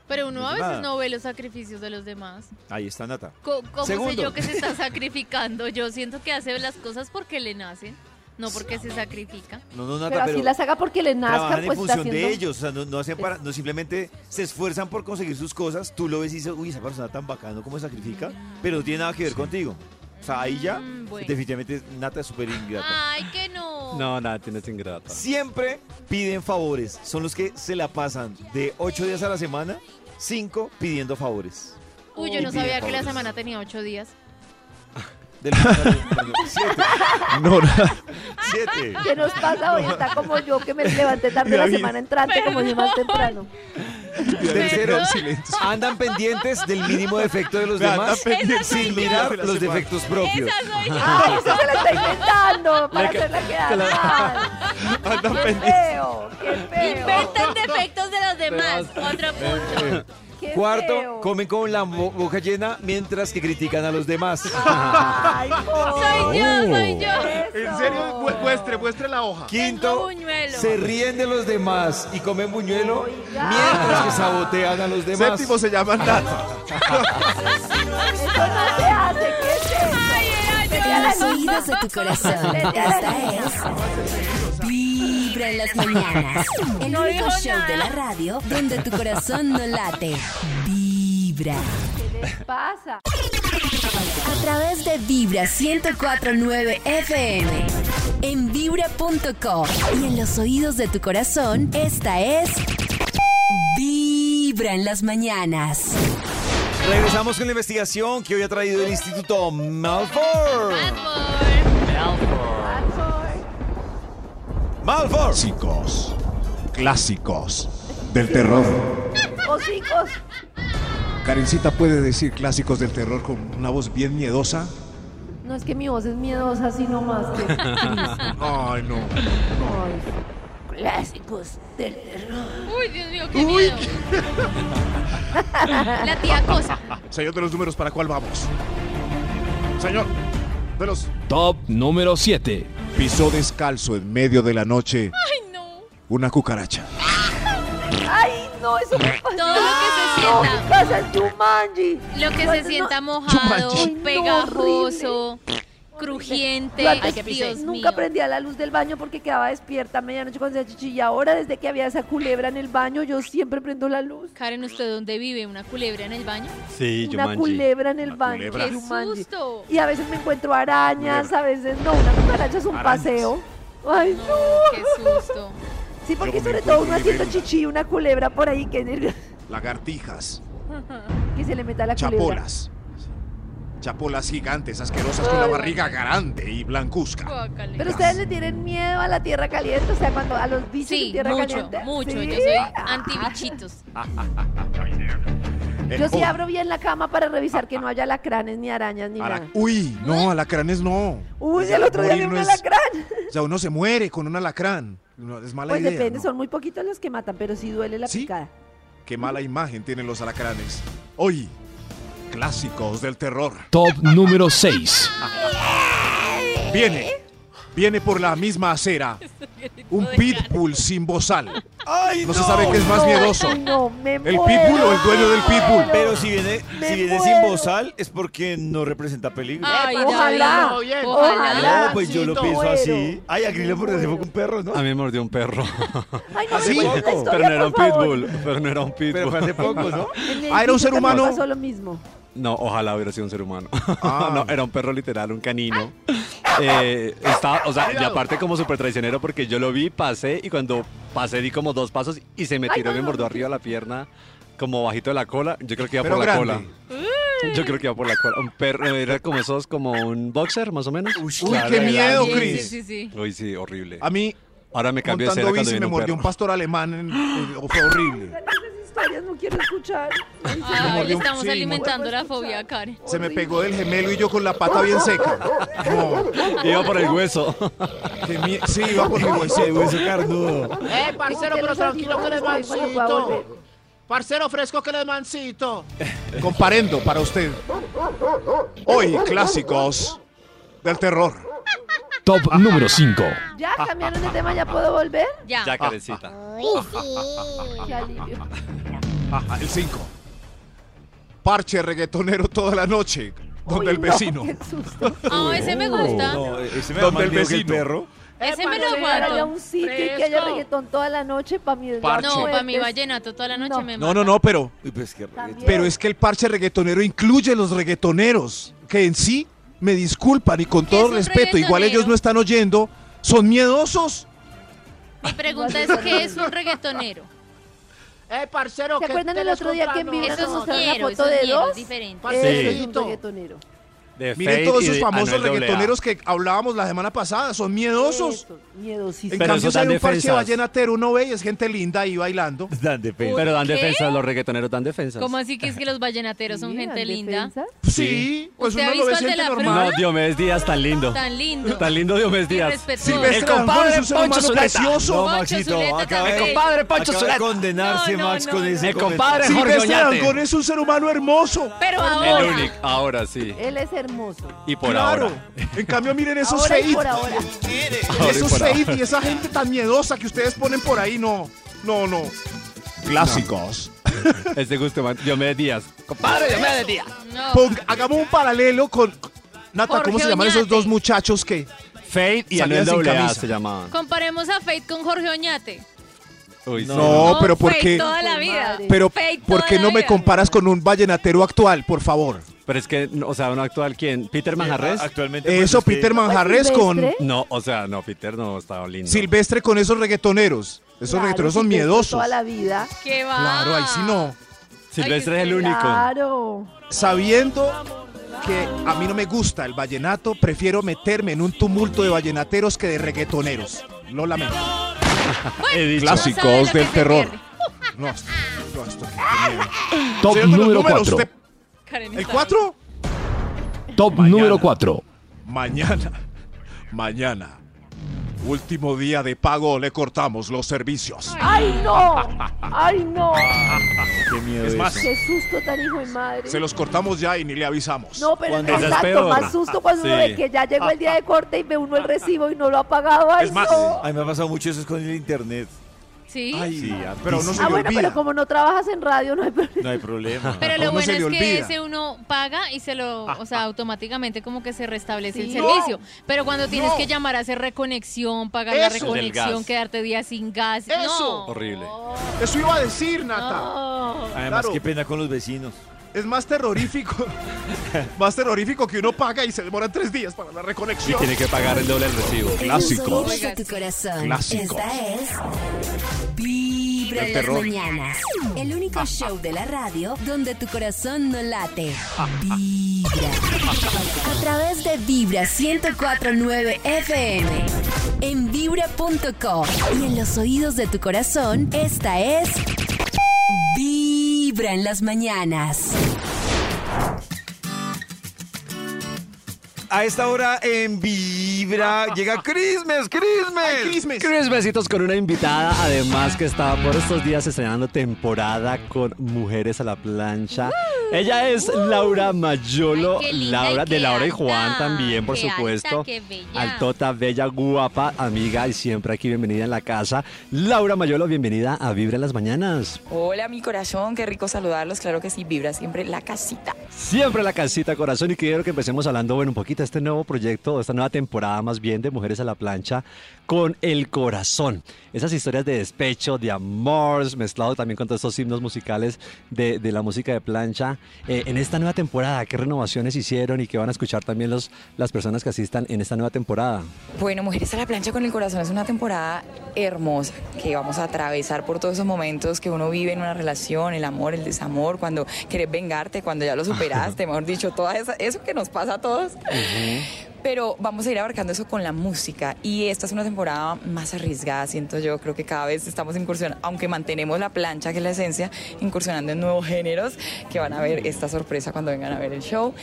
[SPEAKER 3] pero uno
[SPEAKER 2] No
[SPEAKER 3] a
[SPEAKER 2] es
[SPEAKER 3] veces
[SPEAKER 2] nada.
[SPEAKER 3] no ve los sacrificios de los demás.
[SPEAKER 2] ahí está Nata.
[SPEAKER 3] Co- ¿Cómo sé
[SPEAKER 2] Segundo.
[SPEAKER 3] yo que se está sacrificando? Yo siento que hace las cosas porque le nacen, no porque se sacrifica.
[SPEAKER 2] No, no,
[SPEAKER 4] Pero
[SPEAKER 2] Nata,
[SPEAKER 4] así
[SPEAKER 2] pero,
[SPEAKER 4] las haga porque le nazca,
[SPEAKER 2] trabajan en
[SPEAKER 4] pues está
[SPEAKER 2] función de
[SPEAKER 4] haciendo.
[SPEAKER 2] ellos. O sea, no, no hacen para, no simplemente se esfuerzan por conseguir sus cosas. Tú lo ves y dices, uy, esa persona tan bacano como sacrifica, pero no tiene nada que ver contigo. O sea, ahí ya,
[SPEAKER 3] Mm, bueno.
[SPEAKER 2] definitivamente, Nata es súper ingrata.
[SPEAKER 3] Ay, que no.
[SPEAKER 7] No, nada, tienes ingrata.
[SPEAKER 2] Siempre piden favores. Son los que se la pasan de ocho días a la semana, cinco pidiendo favores.
[SPEAKER 3] Uy, yo no
[SPEAKER 2] Y
[SPEAKER 3] sabía
[SPEAKER 2] pide
[SPEAKER 3] que la
[SPEAKER 2] favores.
[SPEAKER 3] semana tenía ocho días.
[SPEAKER 2] Del siete,
[SPEAKER 8] No, nada.
[SPEAKER 2] siete.
[SPEAKER 4] ¿Qué nos pasa hoy? Está como yo que me levanté tarde la semana entrante, como yo más temprano.
[SPEAKER 2] Tercero,
[SPEAKER 3] Perdón.
[SPEAKER 8] silencio.
[SPEAKER 2] andan pendientes del mínimo defecto de los
[SPEAKER 8] Vea,
[SPEAKER 2] demás
[SPEAKER 8] andan pendientes
[SPEAKER 2] sin
[SPEAKER 8] del
[SPEAKER 2] mirar
[SPEAKER 8] mínimo de la
[SPEAKER 2] los
[SPEAKER 8] semana.
[SPEAKER 2] defectos propios.
[SPEAKER 3] Esa soy yo.
[SPEAKER 4] ¡Ay, eso se la está inventando! Para hacerla quedar mal.
[SPEAKER 8] Andan
[SPEAKER 4] ¡Qué
[SPEAKER 8] pendientes.
[SPEAKER 4] feo! ¡Qué feo!
[SPEAKER 3] Inventan defectos de los demás. Otro punto.
[SPEAKER 4] qué
[SPEAKER 2] Cuarto,
[SPEAKER 4] feo.
[SPEAKER 2] comen con la bo- boca llena mientras que critican a los demás.
[SPEAKER 4] ¡Ay, por
[SPEAKER 3] Soy yo, soy yo.
[SPEAKER 4] Uh.
[SPEAKER 5] En serio, Mu- muestre, muestre la hoja.
[SPEAKER 2] Quinto,
[SPEAKER 3] buñuelo.
[SPEAKER 2] se ríen de los demás y comen buñuelo mientras que sabotean a los demás.
[SPEAKER 8] Séptimo se llama Nata.
[SPEAKER 4] Eso no se hace! ¿Qué es eso?
[SPEAKER 9] En los oídos de tu corazón, esta es Vibra en las mañanas. El único show de la radio donde tu corazón no late. Vibra.
[SPEAKER 4] ¿Qué pasa?
[SPEAKER 9] A través de Vibra 1049 FM. En vibra.com y en los oídos de tu corazón, esta es Vibra en las mañanas.
[SPEAKER 2] Regresamos con la investigación que hoy ha traído el Instituto Malfour.
[SPEAKER 3] Por-
[SPEAKER 2] Malfour.
[SPEAKER 8] Clásicos. Clásicos del terror.
[SPEAKER 4] Hocicos.
[SPEAKER 8] Karencita puede decir clásicos del terror con una voz bien miedosa.
[SPEAKER 4] No es que mi voz es miedosa, sino más que.
[SPEAKER 8] Ay, no.
[SPEAKER 4] Ay, clásicos del terror.
[SPEAKER 3] Uy, Dios mío, qué miedo. La tía cosa.
[SPEAKER 8] Señor de los números, ¿para cuál vamos?
[SPEAKER 5] Señor, de los.
[SPEAKER 6] Top número 7.
[SPEAKER 8] Pisó descalzo en medio de la noche
[SPEAKER 3] Ay, no.
[SPEAKER 8] una cucaracha.
[SPEAKER 4] Ay, no, eso me pasa.
[SPEAKER 3] Todo lo que se sienta.
[SPEAKER 4] pasa en Jumanji.
[SPEAKER 3] Lo que
[SPEAKER 4] No,
[SPEAKER 3] se
[SPEAKER 4] no,
[SPEAKER 3] sienta
[SPEAKER 4] no.
[SPEAKER 3] mojado,
[SPEAKER 4] Uy, no,
[SPEAKER 3] pegajoso. crujiente.
[SPEAKER 4] Yo antes
[SPEAKER 3] Dios mío.
[SPEAKER 4] nunca prendía la luz del baño porque quedaba despierta a medianoche cuando se chichi. Y ahora, desde que había esa culebra en el baño, yo siempre prendo la luz.
[SPEAKER 3] Karen, ¿usted dónde vive? ¿Una culebra en el baño?
[SPEAKER 7] Sí,
[SPEAKER 4] una
[SPEAKER 7] Jumanji.
[SPEAKER 4] culebra en el baño.
[SPEAKER 7] culebra.
[SPEAKER 3] ¡Qué
[SPEAKER 4] Jumanji.
[SPEAKER 3] susto!
[SPEAKER 4] Y a veces me encuentro arañas,
[SPEAKER 8] Culebra.
[SPEAKER 4] a veces no. Una cucaracha es un
[SPEAKER 8] Arañas.
[SPEAKER 4] paseo. Ay,
[SPEAKER 3] No,
[SPEAKER 4] no.
[SPEAKER 3] ¡Qué susto!
[SPEAKER 4] Sí, porque
[SPEAKER 8] Yo me
[SPEAKER 4] sobre todo uno
[SPEAKER 8] encuentro
[SPEAKER 4] haciendo
[SPEAKER 8] libélula.
[SPEAKER 4] chichi, una culebra por ahí que, nervio-
[SPEAKER 8] Lagartijas,
[SPEAKER 4] que se le meta la culebra.
[SPEAKER 8] chapolas. Chapolas gigantes, asquerosas, con la barriga grande y blancuzca.
[SPEAKER 3] Guácale.
[SPEAKER 4] Pero ustedes le tienen miedo a la tierra caliente, o sea, cuando a los bichos en
[SPEAKER 3] Sí,
[SPEAKER 4] tierra
[SPEAKER 3] mucho,
[SPEAKER 4] caliente.
[SPEAKER 3] mucho.
[SPEAKER 4] ¿Sí?
[SPEAKER 3] Yo soy
[SPEAKER 4] Ah.
[SPEAKER 3] antibichitos.
[SPEAKER 8] El
[SPEAKER 4] Yo sí
[SPEAKER 8] jo-
[SPEAKER 4] abro bien la cama para revisar que no haya alacranes, ni arañas, ni
[SPEAKER 8] Ara-
[SPEAKER 4] nada.
[SPEAKER 8] Uy, no, alacranes no.
[SPEAKER 4] Uy, el otro día vi
[SPEAKER 8] Morir
[SPEAKER 4] un
[SPEAKER 8] no es-
[SPEAKER 4] alacrán.
[SPEAKER 8] O sea, uno se muere con un alacrán. No, es mala
[SPEAKER 4] Pues
[SPEAKER 8] idea.
[SPEAKER 4] depende,
[SPEAKER 8] ¿no?
[SPEAKER 4] son muy poquitos los que matan, pero sí duele la
[SPEAKER 8] ¿Sí?
[SPEAKER 4] picada.
[SPEAKER 8] Qué mala imagen tienen los alacranes. Hoy, clásicos del terror.
[SPEAKER 6] Top número 6.
[SPEAKER 8] Viene,
[SPEAKER 4] ¿Eh?
[SPEAKER 8] viene por la misma acera. Un pitbull sin bozal.
[SPEAKER 2] ¡Ay,
[SPEAKER 8] No se sabe qué es más miedoso.
[SPEAKER 4] Ay, No, me
[SPEAKER 8] ¿El pitbull o el dueño del pitbull?
[SPEAKER 2] Pero si viene,
[SPEAKER 4] Me
[SPEAKER 2] si viene sin
[SPEAKER 4] muero.
[SPEAKER 2] bozal es porque no representa peligro.
[SPEAKER 3] Ay,
[SPEAKER 1] Epa,
[SPEAKER 4] ojalá,
[SPEAKER 1] no, bien.
[SPEAKER 4] ojalá.
[SPEAKER 2] no, pues yo lo
[SPEAKER 1] Maxito.
[SPEAKER 2] pienso
[SPEAKER 4] Muero.
[SPEAKER 2] así. Ay, aquí le porque hace
[SPEAKER 4] Muero.
[SPEAKER 2] poco un perro, ¿no?
[SPEAKER 7] A mí me mordió un perro.
[SPEAKER 4] Ay, no,
[SPEAKER 2] ¿Sí?
[SPEAKER 4] me cuentes la
[SPEAKER 2] Pero
[SPEAKER 4] historia,
[SPEAKER 7] Pero no era un
[SPEAKER 4] por favor.
[SPEAKER 7] pitbull. Pero no era un
[SPEAKER 2] Pero fue
[SPEAKER 7] pitbull.
[SPEAKER 2] hace poco, ¿no?
[SPEAKER 4] En el
[SPEAKER 8] Ah, era un ser
[SPEAKER 4] piso también
[SPEAKER 8] humano.
[SPEAKER 4] pasó lo mismo.
[SPEAKER 7] No, ojalá hubiera sido un ser humano.
[SPEAKER 8] Ah.
[SPEAKER 7] no, era un perro literal, un canino. Eh, estaba, o sea, y aparte como súper traicionero porque yo lo vi, pasé y cuando pasé di como dos pasos y se me tiró y me mordió arriba la pierna, como bajito de la cola. Yo creo que iba
[SPEAKER 8] Pero
[SPEAKER 7] por
[SPEAKER 8] grande.
[SPEAKER 7] la cola. Yo creo que iba por la cola. Un perro, era como esos, como un boxer más o menos. Uy,
[SPEAKER 8] Uy, qué miedo,
[SPEAKER 3] Sí,
[SPEAKER 8] Cris.
[SPEAKER 3] Sí, sí, sí.
[SPEAKER 7] Uy, sí, horrible.
[SPEAKER 8] A mí,
[SPEAKER 7] Ahora me cambio de escena
[SPEAKER 8] montando
[SPEAKER 7] cuando
[SPEAKER 8] bici, me
[SPEAKER 7] viene un
[SPEAKER 8] mordió un
[SPEAKER 7] perro.
[SPEAKER 8] pastor alemán. en- en- oh, fue horrible.
[SPEAKER 4] Esas historias no quiero escuchar. Ay, sí,
[SPEAKER 3] Ay,
[SPEAKER 8] mordió un-
[SPEAKER 3] estamos
[SPEAKER 8] sí,
[SPEAKER 3] alimentando la
[SPEAKER 4] mordió.
[SPEAKER 3] fobia a Karen.
[SPEAKER 8] Se me
[SPEAKER 4] horrible.
[SPEAKER 8] pegó del gemelo y yo con la pata bien seca. No,
[SPEAKER 7] Iba por el hueso.
[SPEAKER 8] qué mie- Sí, iba por mi
[SPEAKER 2] Ese
[SPEAKER 8] huesito.
[SPEAKER 2] hueso carnudo.
[SPEAKER 1] Eh, parcero,
[SPEAKER 4] Como que
[SPEAKER 1] pero
[SPEAKER 4] los
[SPEAKER 1] tranquilo que les
[SPEAKER 4] animales pueden jugar para
[SPEAKER 1] mancito.
[SPEAKER 4] volver.
[SPEAKER 1] Parcero, fresco que les mancito.
[SPEAKER 8] Comparendo para usted. Hoy, clásicos del terror.
[SPEAKER 6] Top número 5.
[SPEAKER 4] Ya cambiaron de tema, ya puedo volver.
[SPEAKER 3] Ya.
[SPEAKER 7] Ya, carecita.
[SPEAKER 4] Qué alivio.
[SPEAKER 8] Ajá, el 5. Parche reggaetonero toda la noche. Donde
[SPEAKER 4] Uy,
[SPEAKER 8] el
[SPEAKER 4] no,
[SPEAKER 8] vecino.
[SPEAKER 4] qué susto.
[SPEAKER 3] Ah, ese me gusta.
[SPEAKER 2] No, ese me da
[SPEAKER 8] Donde
[SPEAKER 2] más
[SPEAKER 8] el
[SPEAKER 2] miedo que el
[SPEAKER 8] vecino.
[SPEAKER 2] perro.
[SPEAKER 3] Ese me
[SPEAKER 1] Epa,
[SPEAKER 3] lo
[SPEAKER 1] no,
[SPEAKER 4] Llegar allá a
[SPEAKER 3] aguanto.
[SPEAKER 4] un sitio y que haya
[SPEAKER 1] Fresco.
[SPEAKER 4] reggaetón toda la noche, para mí es la
[SPEAKER 8] Parche.
[SPEAKER 3] No,
[SPEAKER 4] muerte.
[SPEAKER 3] para mi vallenato toda la noche
[SPEAKER 4] No.
[SPEAKER 3] me mata.
[SPEAKER 8] No, no, no, pero,
[SPEAKER 2] Uy, pues qué reggaetón.
[SPEAKER 4] También.
[SPEAKER 8] pero es que el parche reggaetonero incluye los reggaetoneros, que en sí me disculpan y con
[SPEAKER 3] ¿Qué
[SPEAKER 8] todo
[SPEAKER 3] es un
[SPEAKER 8] respeto, igual
[SPEAKER 3] reggaetonero?
[SPEAKER 8] ellos no están oyendo, son miedosos.
[SPEAKER 3] Mi pregunta es, ¿qué es un reggaetonero?
[SPEAKER 1] Eh, parcero,
[SPEAKER 4] ¿Se acuerdan
[SPEAKER 1] que
[SPEAKER 4] el otro día que en vivo
[SPEAKER 1] envió
[SPEAKER 4] nos
[SPEAKER 3] Eso es
[SPEAKER 4] mostraron la
[SPEAKER 3] ñero,
[SPEAKER 4] foto
[SPEAKER 3] eso es
[SPEAKER 4] de
[SPEAKER 3] ñero, es
[SPEAKER 4] dos?
[SPEAKER 3] diferente.
[SPEAKER 4] Eso es
[SPEAKER 1] Sí.
[SPEAKER 4] un reggaetonero.
[SPEAKER 7] De
[SPEAKER 8] Miren
[SPEAKER 7] Fade
[SPEAKER 8] todos
[SPEAKER 7] y
[SPEAKER 8] esos
[SPEAKER 7] de
[SPEAKER 8] famosos
[SPEAKER 7] Anuel AA.
[SPEAKER 8] reggaetoneros que hablábamos la semana pasada, son miedosos.
[SPEAKER 4] Eso,
[SPEAKER 8] En
[SPEAKER 4] miedosísimo.
[SPEAKER 7] Pero
[SPEAKER 8] cambio,
[SPEAKER 7] esos
[SPEAKER 8] si hay
[SPEAKER 7] dan
[SPEAKER 8] un parche
[SPEAKER 7] defensas.
[SPEAKER 8] vallenatero, uno ve y es gente linda ahí bailando.
[SPEAKER 2] Dan de pena.
[SPEAKER 7] Pero dan
[SPEAKER 3] ¿Qué?
[SPEAKER 7] defensas, los reggaetoneros dan defensas.
[SPEAKER 3] ¿Cómo así que es que los vallenateros son
[SPEAKER 4] Sí,
[SPEAKER 3] gente
[SPEAKER 4] en
[SPEAKER 3] linda?
[SPEAKER 4] defensa.
[SPEAKER 8] Sí, pues
[SPEAKER 3] ¿Usted ha
[SPEAKER 8] uno
[SPEAKER 3] visto
[SPEAKER 8] lo ve
[SPEAKER 3] al de
[SPEAKER 8] gente
[SPEAKER 3] la
[SPEAKER 8] normal.
[SPEAKER 7] No, Diomedes Díaz, tan lindo.
[SPEAKER 3] Tan lindo.
[SPEAKER 7] Tan lindo Diomedes
[SPEAKER 3] Y
[SPEAKER 7] Díaz.
[SPEAKER 3] respetuoso.
[SPEAKER 8] Silvestre
[SPEAKER 7] El compadre
[SPEAKER 8] Dangond es un ser
[SPEAKER 7] Poncho
[SPEAKER 8] humano
[SPEAKER 7] Zuleta.
[SPEAKER 8] precioso.
[SPEAKER 7] No,
[SPEAKER 3] Maxito,
[SPEAKER 2] acaba
[SPEAKER 3] también.
[SPEAKER 2] de-
[SPEAKER 7] compadre Pancho
[SPEAKER 2] acaba
[SPEAKER 7] Zuleta.
[SPEAKER 2] de condenarse
[SPEAKER 3] No, no,
[SPEAKER 2] Max
[SPEAKER 3] no,
[SPEAKER 2] con
[SPEAKER 3] no.
[SPEAKER 2] ese
[SPEAKER 7] El compadre
[SPEAKER 2] comentario.
[SPEAKER 7] Jorge
[SPEAKER 8] Silvestre
[SPEAKER 7] Oñate.
[SPEAKER 8] Dangond es un ser humano hermoso.
[SPEAKER 3] Pero
[SPEAKER 7] El
[SPEAKER 3] ahora.
[SPEAKER 7] único. Ahora sí.
[SPEAKER 4] Él es hermoso.
[SPEAKER 7] Y por
[SPEAKER 8] claro.
[SPEAKER 7] ahora.
[SPEAKER 8] En cambio, miren esos
[SPEAKER 4] ahora y
[SPEAKER 8] feitos.
[SPEAKER 4] por ahora.
[SPEAKER 8] Esos feitos y esa gente tan miedosa que ustedes ponen por ahí, no. No, no. Clásicos.
[SPEAKER 7] Este gusto, man. Diomedes Díaz. Compadre Diomedes Díaz.
[SPEAKER 3] No.
[SPEAKER 8] Pong- hagamos un paralelo con. Nata, ¿cómo
[SPEAKER 3] Jorge
[SPEAKER 8] se llaman esos
[SPEAKER 3] Oñate.
[SPEAKER 8] dos muchachos que.?
[SPEAKER 7] Fade y
[SPEAKER 8] Salían
[SPEAKER 7] Anuel
[SPEAKER 8] sin
[SPEAKER 7] AA
[SPEAKER 8] camisa.
[SPEAKER 7] se llamaban.
[SPEAKER 3] Comparemos a Fate con Jorge Oñate. Oh,
[SPEAKER 7] Uy, sí.
[SPEAKER 8] No, pero ¿por
[SPEAKER 3] Fate
[SPEAKER 8] qué?
[SPEAKER 3] toda la vida.
[SPEAKER 4] Madre.
[SPEAKER 8] Pero,
[SPEAKER 3] Fate toda
[SPEAKER 8] ¿por qué
[SPEAKER 3] la
[SPEAKER 8] no me
[SPEAKER 3] vida.
[SPEAKER 8] comparas con un vallenatero actual, por favor?
[SPEAKER 7] Pero es que, o sea, uno actual, ¿quién? ¿Peter Manjarres?
[SPEAKER 2] Actualmente. pues,
[SPEAKER 8] Eso,
[SPEAKER 2] es que-
[SPEAKER 8] Peter Manjarres con
[SPEAKER 4] Silvestre?
[SPEAKER 7] No, o sea, no, Peter no estaba lindo.
[SPEAKER 8] Silvestre con esos reggaetoneros. Esos
[SPEAKER 4] Claro,
[SPEAKER 8] reggaetoneros son
[SPEAKER 4] si te hizo
[SPEAKER 8] miedosos.
[SPEAKER 4] Toda la vida.
[SPEAKER 3] ¿Qué va?
[SPEAKER 8] Claro, ahí sí no.
[SPEAKER 7] Silvestre
[SPEAKER 3] Ay,
[SPEAKER 7] es el único.
[SPEAKER 4] Claro.
[SPEAKER 8] Sabiendo que a mí no me gusta el vallenato, prefiero meterme en un tumulto de vallenateros que de reggaetoneros. Lo lamento.
[SPEAKER 7] He dicho.
[SPEAKER 8] Clásico.
[SPEAKER 3] No sabe lo
[SPEAKER 8] Clásicos
[SPEAKER 3] que
[SPEAKER 8] del
[SPEAKER 3] se
[SPEAKER 8] terror.
[SPEAKER 3] pierde.
[SPEAKER 8] No, esto- no, esto- qué miedo.
[SPEAKER 6] Top
[SPEAKER 8] Señor de los
[SPEAKER 6] número
[SPEAKER 8] números,
[SPEAKER 6] 4.
[SPEAKER 8] usted-
[SPEAKER 3] Karen
[SPEAKER 8] ¿El
[SPEAKER 3] está-
[SPEAKER 8] 4?
[SPEAKER 6] Top
[SPEAKER 8] Mañana.
[SPEAKER 6] número 4.
[SPEAKER 8] Mañana, mañana, último día de pago, le cortamos los servicios.
[SPEAKER 4] ¡Ay, no! ¡Ay, no!
[SPEAKER 2] Qué miedo
[SPEAKER 8] Es
[SPEAKER 2] eso.
[SPEAKER 8] más,
[SPEAKER 4] ¡Qué susto tan hijo de madre!
[SPEAKER 8] se los cortamos ya y ni le avisamos.
[SPEAKER 4] No, pero
[SPEAKER 2] Cuando-
[SPEAKER 7] Esa es
[SPEAKER 4] exacto,
[SPEAKER 7] peor.
[SPEAKER 4] más susto cuando uno
[SPEAKER 7] Sí.
[SPEAKER 4] ve que ya llegó el día de corte y ve uno el recibo y no Ah, lo ha pagado. ¡Ay,
[SPEAKER 8] Es más,
[SPEAKER 4] no!
[SPEAKER 2] A mí me ha pasado mucho eso es con el internet.
[SPEAKER 3] Sí.
[SPEAKER 8] Ay,
[SPEAKER 2] Sí,
[SPEAKER 8] no,
[SPEAKER 2] a-
[SPEAKER 8] pero no
[SPEAKER 2] sí.
[SPEAKER 8] se
[SPEAKER 4] Ah,
[SPEAKER 8] le
[SPEAKER 4] bueno,
[SPEAKER 8] olvida.
[SPEAKER 4] pero como no trabajas en radio, no hay problema.
[SPEAKER 2] No hay problema.
[SPEAKER 3] Pero lo
[SPEAKER 8] uno
[SPEAKER 3] bueno
[SPEAKER 8] se
[SPEAKER 3] es que
[SPEAKER 8] le olvida. Ah,
[SPEAKER 3] ese uno paga y se lo, o sea, automáticamente como que se restablece el
[SPEAKER 4] Sí.
[SPEAKER 3] servicio. Pero cuando tienes
[SPEAKER 1] No.
[SPEAKER 3] que llamar a hacer reconexión, pagar la
[SPEAKER 1] Eso.
[SPEAKER 7] Del
[SPEAKER 3] reconexión,
[SPEAKER 7] gas.
[SPEAKER 3] quedarte días sin gas. No.
[SPEAKER 1] Eso.
[SPEAKER 7] Horrible.
[SPEAKER 1] Eso iba a decir, Nata.
[SPEAKER 3] No.
[SPEAKER 2] Además,
[SPEAKER 1] Claro.
[SPEAKER 2] qué pena con los vecinos.
[SPEAKER 1] Es más terrorífico. más terrorífico que uno paga y se demoran tres días para la
[SPEAKER 7] Y
[SPEAKER 1] reconexión.
[SPEAKER 7] tiene que pagar el doble del recibo.
[SPEAKER 8] Clásicos.
[SPEAKER 11] Los sonidos de tu corazón.
[SPEAKER 8] Clásicos.
[SPEAKER 11] Esta es Vibra
[SPEAKER 8] El
[SPEAKER 11] en las
[SPEAKER 8] terror.
[SPEAKER 11] mañanas. El único show de la radio donde tu corazón no late. Vibra. A través de Vibra 1049 FM. En vibra.com. Y en los oídos de tu corazón, esta es Vibra en las mañanas.
[SPEAKER 2] A esta hora en Vibra llega Christmas, Christmas.
[SPEAKER 1] Chismes.
[SPEAKER 7] Chris Besitos con una invitada, además que está por estos días estrenando temporada con Mujeres a la Plancha. Ella es Laura Mayolo,
[SPEAKER 3] Ay, qué linda
[SPEAKER 7] Laura
[SPEAKER 3] y
[SPEAKER 7] de
[SPEAKER 3] qué
[SPEAKER 7] Laura y Juan
[SPEAKER 3] alta,
[SPEAKER 7] también, por
[SPEAKER 3] qué
[SPEAKER 7] supuesto.
[SPEAKER 3] alta, qué bella.
[SPEAKER 7] Altota, bella, guapa, amiga y siempre aquí bienvenida en la casa. Laura Mayolo, bienvenida a Vibra en las mañanas.
[SPEAKER 9] Hola, mi corazón, qué rico saludarlos. Claro que sí, vibra siempre la casita.
[SPEAKER 7] Siempre la casita corazón y quiero que empecemos hablando, bueno, un poquito de este nuevo proyecto, de esta nueva temporada más bien de Mujeres a la Plancha con el corazón. Esas historias de despecho, de amor, mezclado también con todos estos himnos musicales de, de la música de plancha. Eh, en esta nueva temporada, ¿qué renovaciones hicieron y qué van a escuchar también los, las personas que asistan en esta nueva temporada?
[SPEAKER 9] Bueno, Mujeres a la Plancha con el Corazón es una temporada hermosa que vamos a atravesar por todos esos momentos que uno vive en una relación, el amor, el desamor, cuando querés vengarte, cuando ya lo superaste, mejor dicho, todo eso que nos pasa a todos. Pero vamos a ir abarcando eso con la música y esta es una temporada más arriesgada, siento yo, creo que cada vez estamos incursionando, aunque mantenemos la plancha, que es la esencia, incursionando en nuevos géneros que van a ver esta sorpresa cuando vengan a ver el show.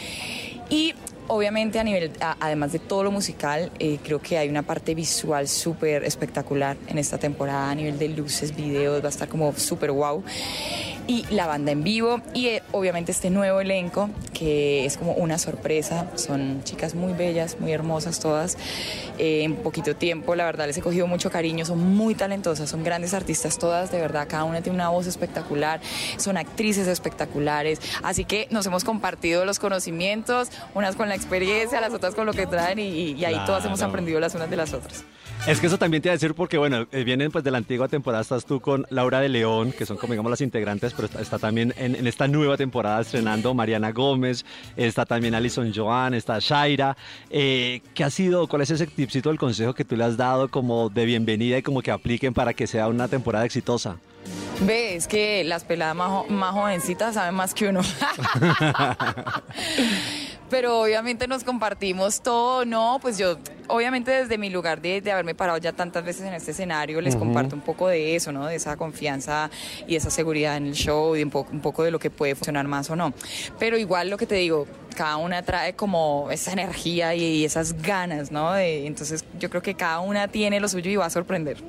[SPEAKER 9] Y obviamente a nivel, a- además de todo lo musical, eh, creo que hay una parte visual súper espectacular en esta temporada a nivel de luces, videos, va a estar como súper wow. Y la banda en vivo y eh, obviamente este nuevo elenco que es como una sorpresa, son chicas muy bellas, muy hermosas todas, eh, en poquito tiempo, la verdad les he cogido mucho cariño, son muy talentosas, son grandes artistas todas, de verdad, cada una tiene una voz espectacular, son actrices espectaculares, así que nos hemos compartido los conocimientos, unas con la experiencia, las otras con lo que traen y, y- y ahí todas hemos
[SPEAKER 7] Claro.
[SPEAKER 9] aprendido las unas de las otras.
[SPEAKER 7] Es que eso también te iba a decir porque, bueno, eh, vienen pues de la antigua temporada, estás tú con Laura de León, que son como digamos las integrantes, pero está, está también en, en esta nueva temporada estrenando Mariana Gómez, está también Alison Joan, está Shaira. Eh, ¿Qué ha sido, cuál es ese tipcito del consejo que tú le has dado como de bienvenida y como que apliquen para que sea una temporada exitosa?
[SPEAKER 9] Ve, es que las peladas más, jo- más jovencitas saben más que uno. Pero obviamente nos compartimos todo, ¿no? Pues yo, obviamente desde mi lugar de, de haberme parado ya tantas veces en este escenario, les comparto un poco de eso, ¿no? De esa confianza y esa seguridad en el show y un poco, un poco de lo que puede funcionar más o no. Pero igual lo que te digo, cada una trae como esa energía y, y esas ganas, ¿no? De- entonces yo creo que cada una tiene lo suyo y va a sorprender.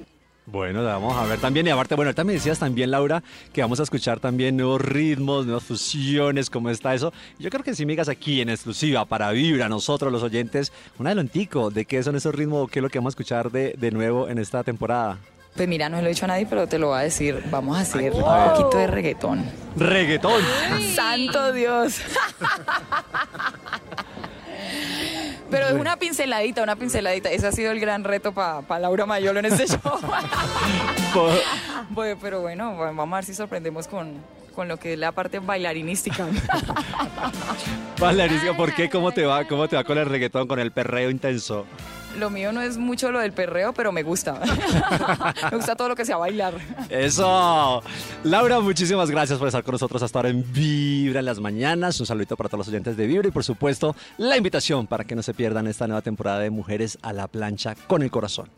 [SPEAKER 7] Bueno, la vamos a ver también. Y aparte, bueno, ahorita me decías también, Laura, que vamos a escuchar también nuevos ritmos, nuevas fusiones, cómo está eso. Yo creo que si me digas aquí en exclusiva para Vibra, nosotros los oyentes, un adelantico de qué son esos ritmos o qué es lo que vamos a escuchar de, de nuevo en esta temporada.
[SPEAKER 9] Pues mira, no se lo he dicho a nadie, pero te lo voy a decir. Vamos a hacer un poquito de reggaetón.
[SPEAKER 7] ¡Reggaetón!
[SPEAKER 9] ¡Santo Dios! Pero es una pinceladita, una pinceladita. Ese ha sido el gran reto para Laura Mayolo en este show.
[SPEAKER 7] Po-
[SPEAKER 9] Bueno, Pues, pero bueno, bueno, vamos a ver si sorprendemos con, con lo que es la parte bailarinística.
[SPEAKER 7] Valerisca, ¿por qué? ¿Cómo te va? ¿Cómo te va con el reggaetón, con el perreo intenso?
[SPEAKER 9] Lo mío no es mucho lo del perreo, pero me gusta. Me gusta todo lo que sea bailar.
[SPEAKER 7] Eso. Laura, muchísimas gracias por estar con nosotros hasta ahora en Vibra en las mañanas. Un saludito para todos los oyentes de Vibra y por supuesto la invitación para que no se pierdan esta nueva temporada de Mujeres a la plancha con el corazón.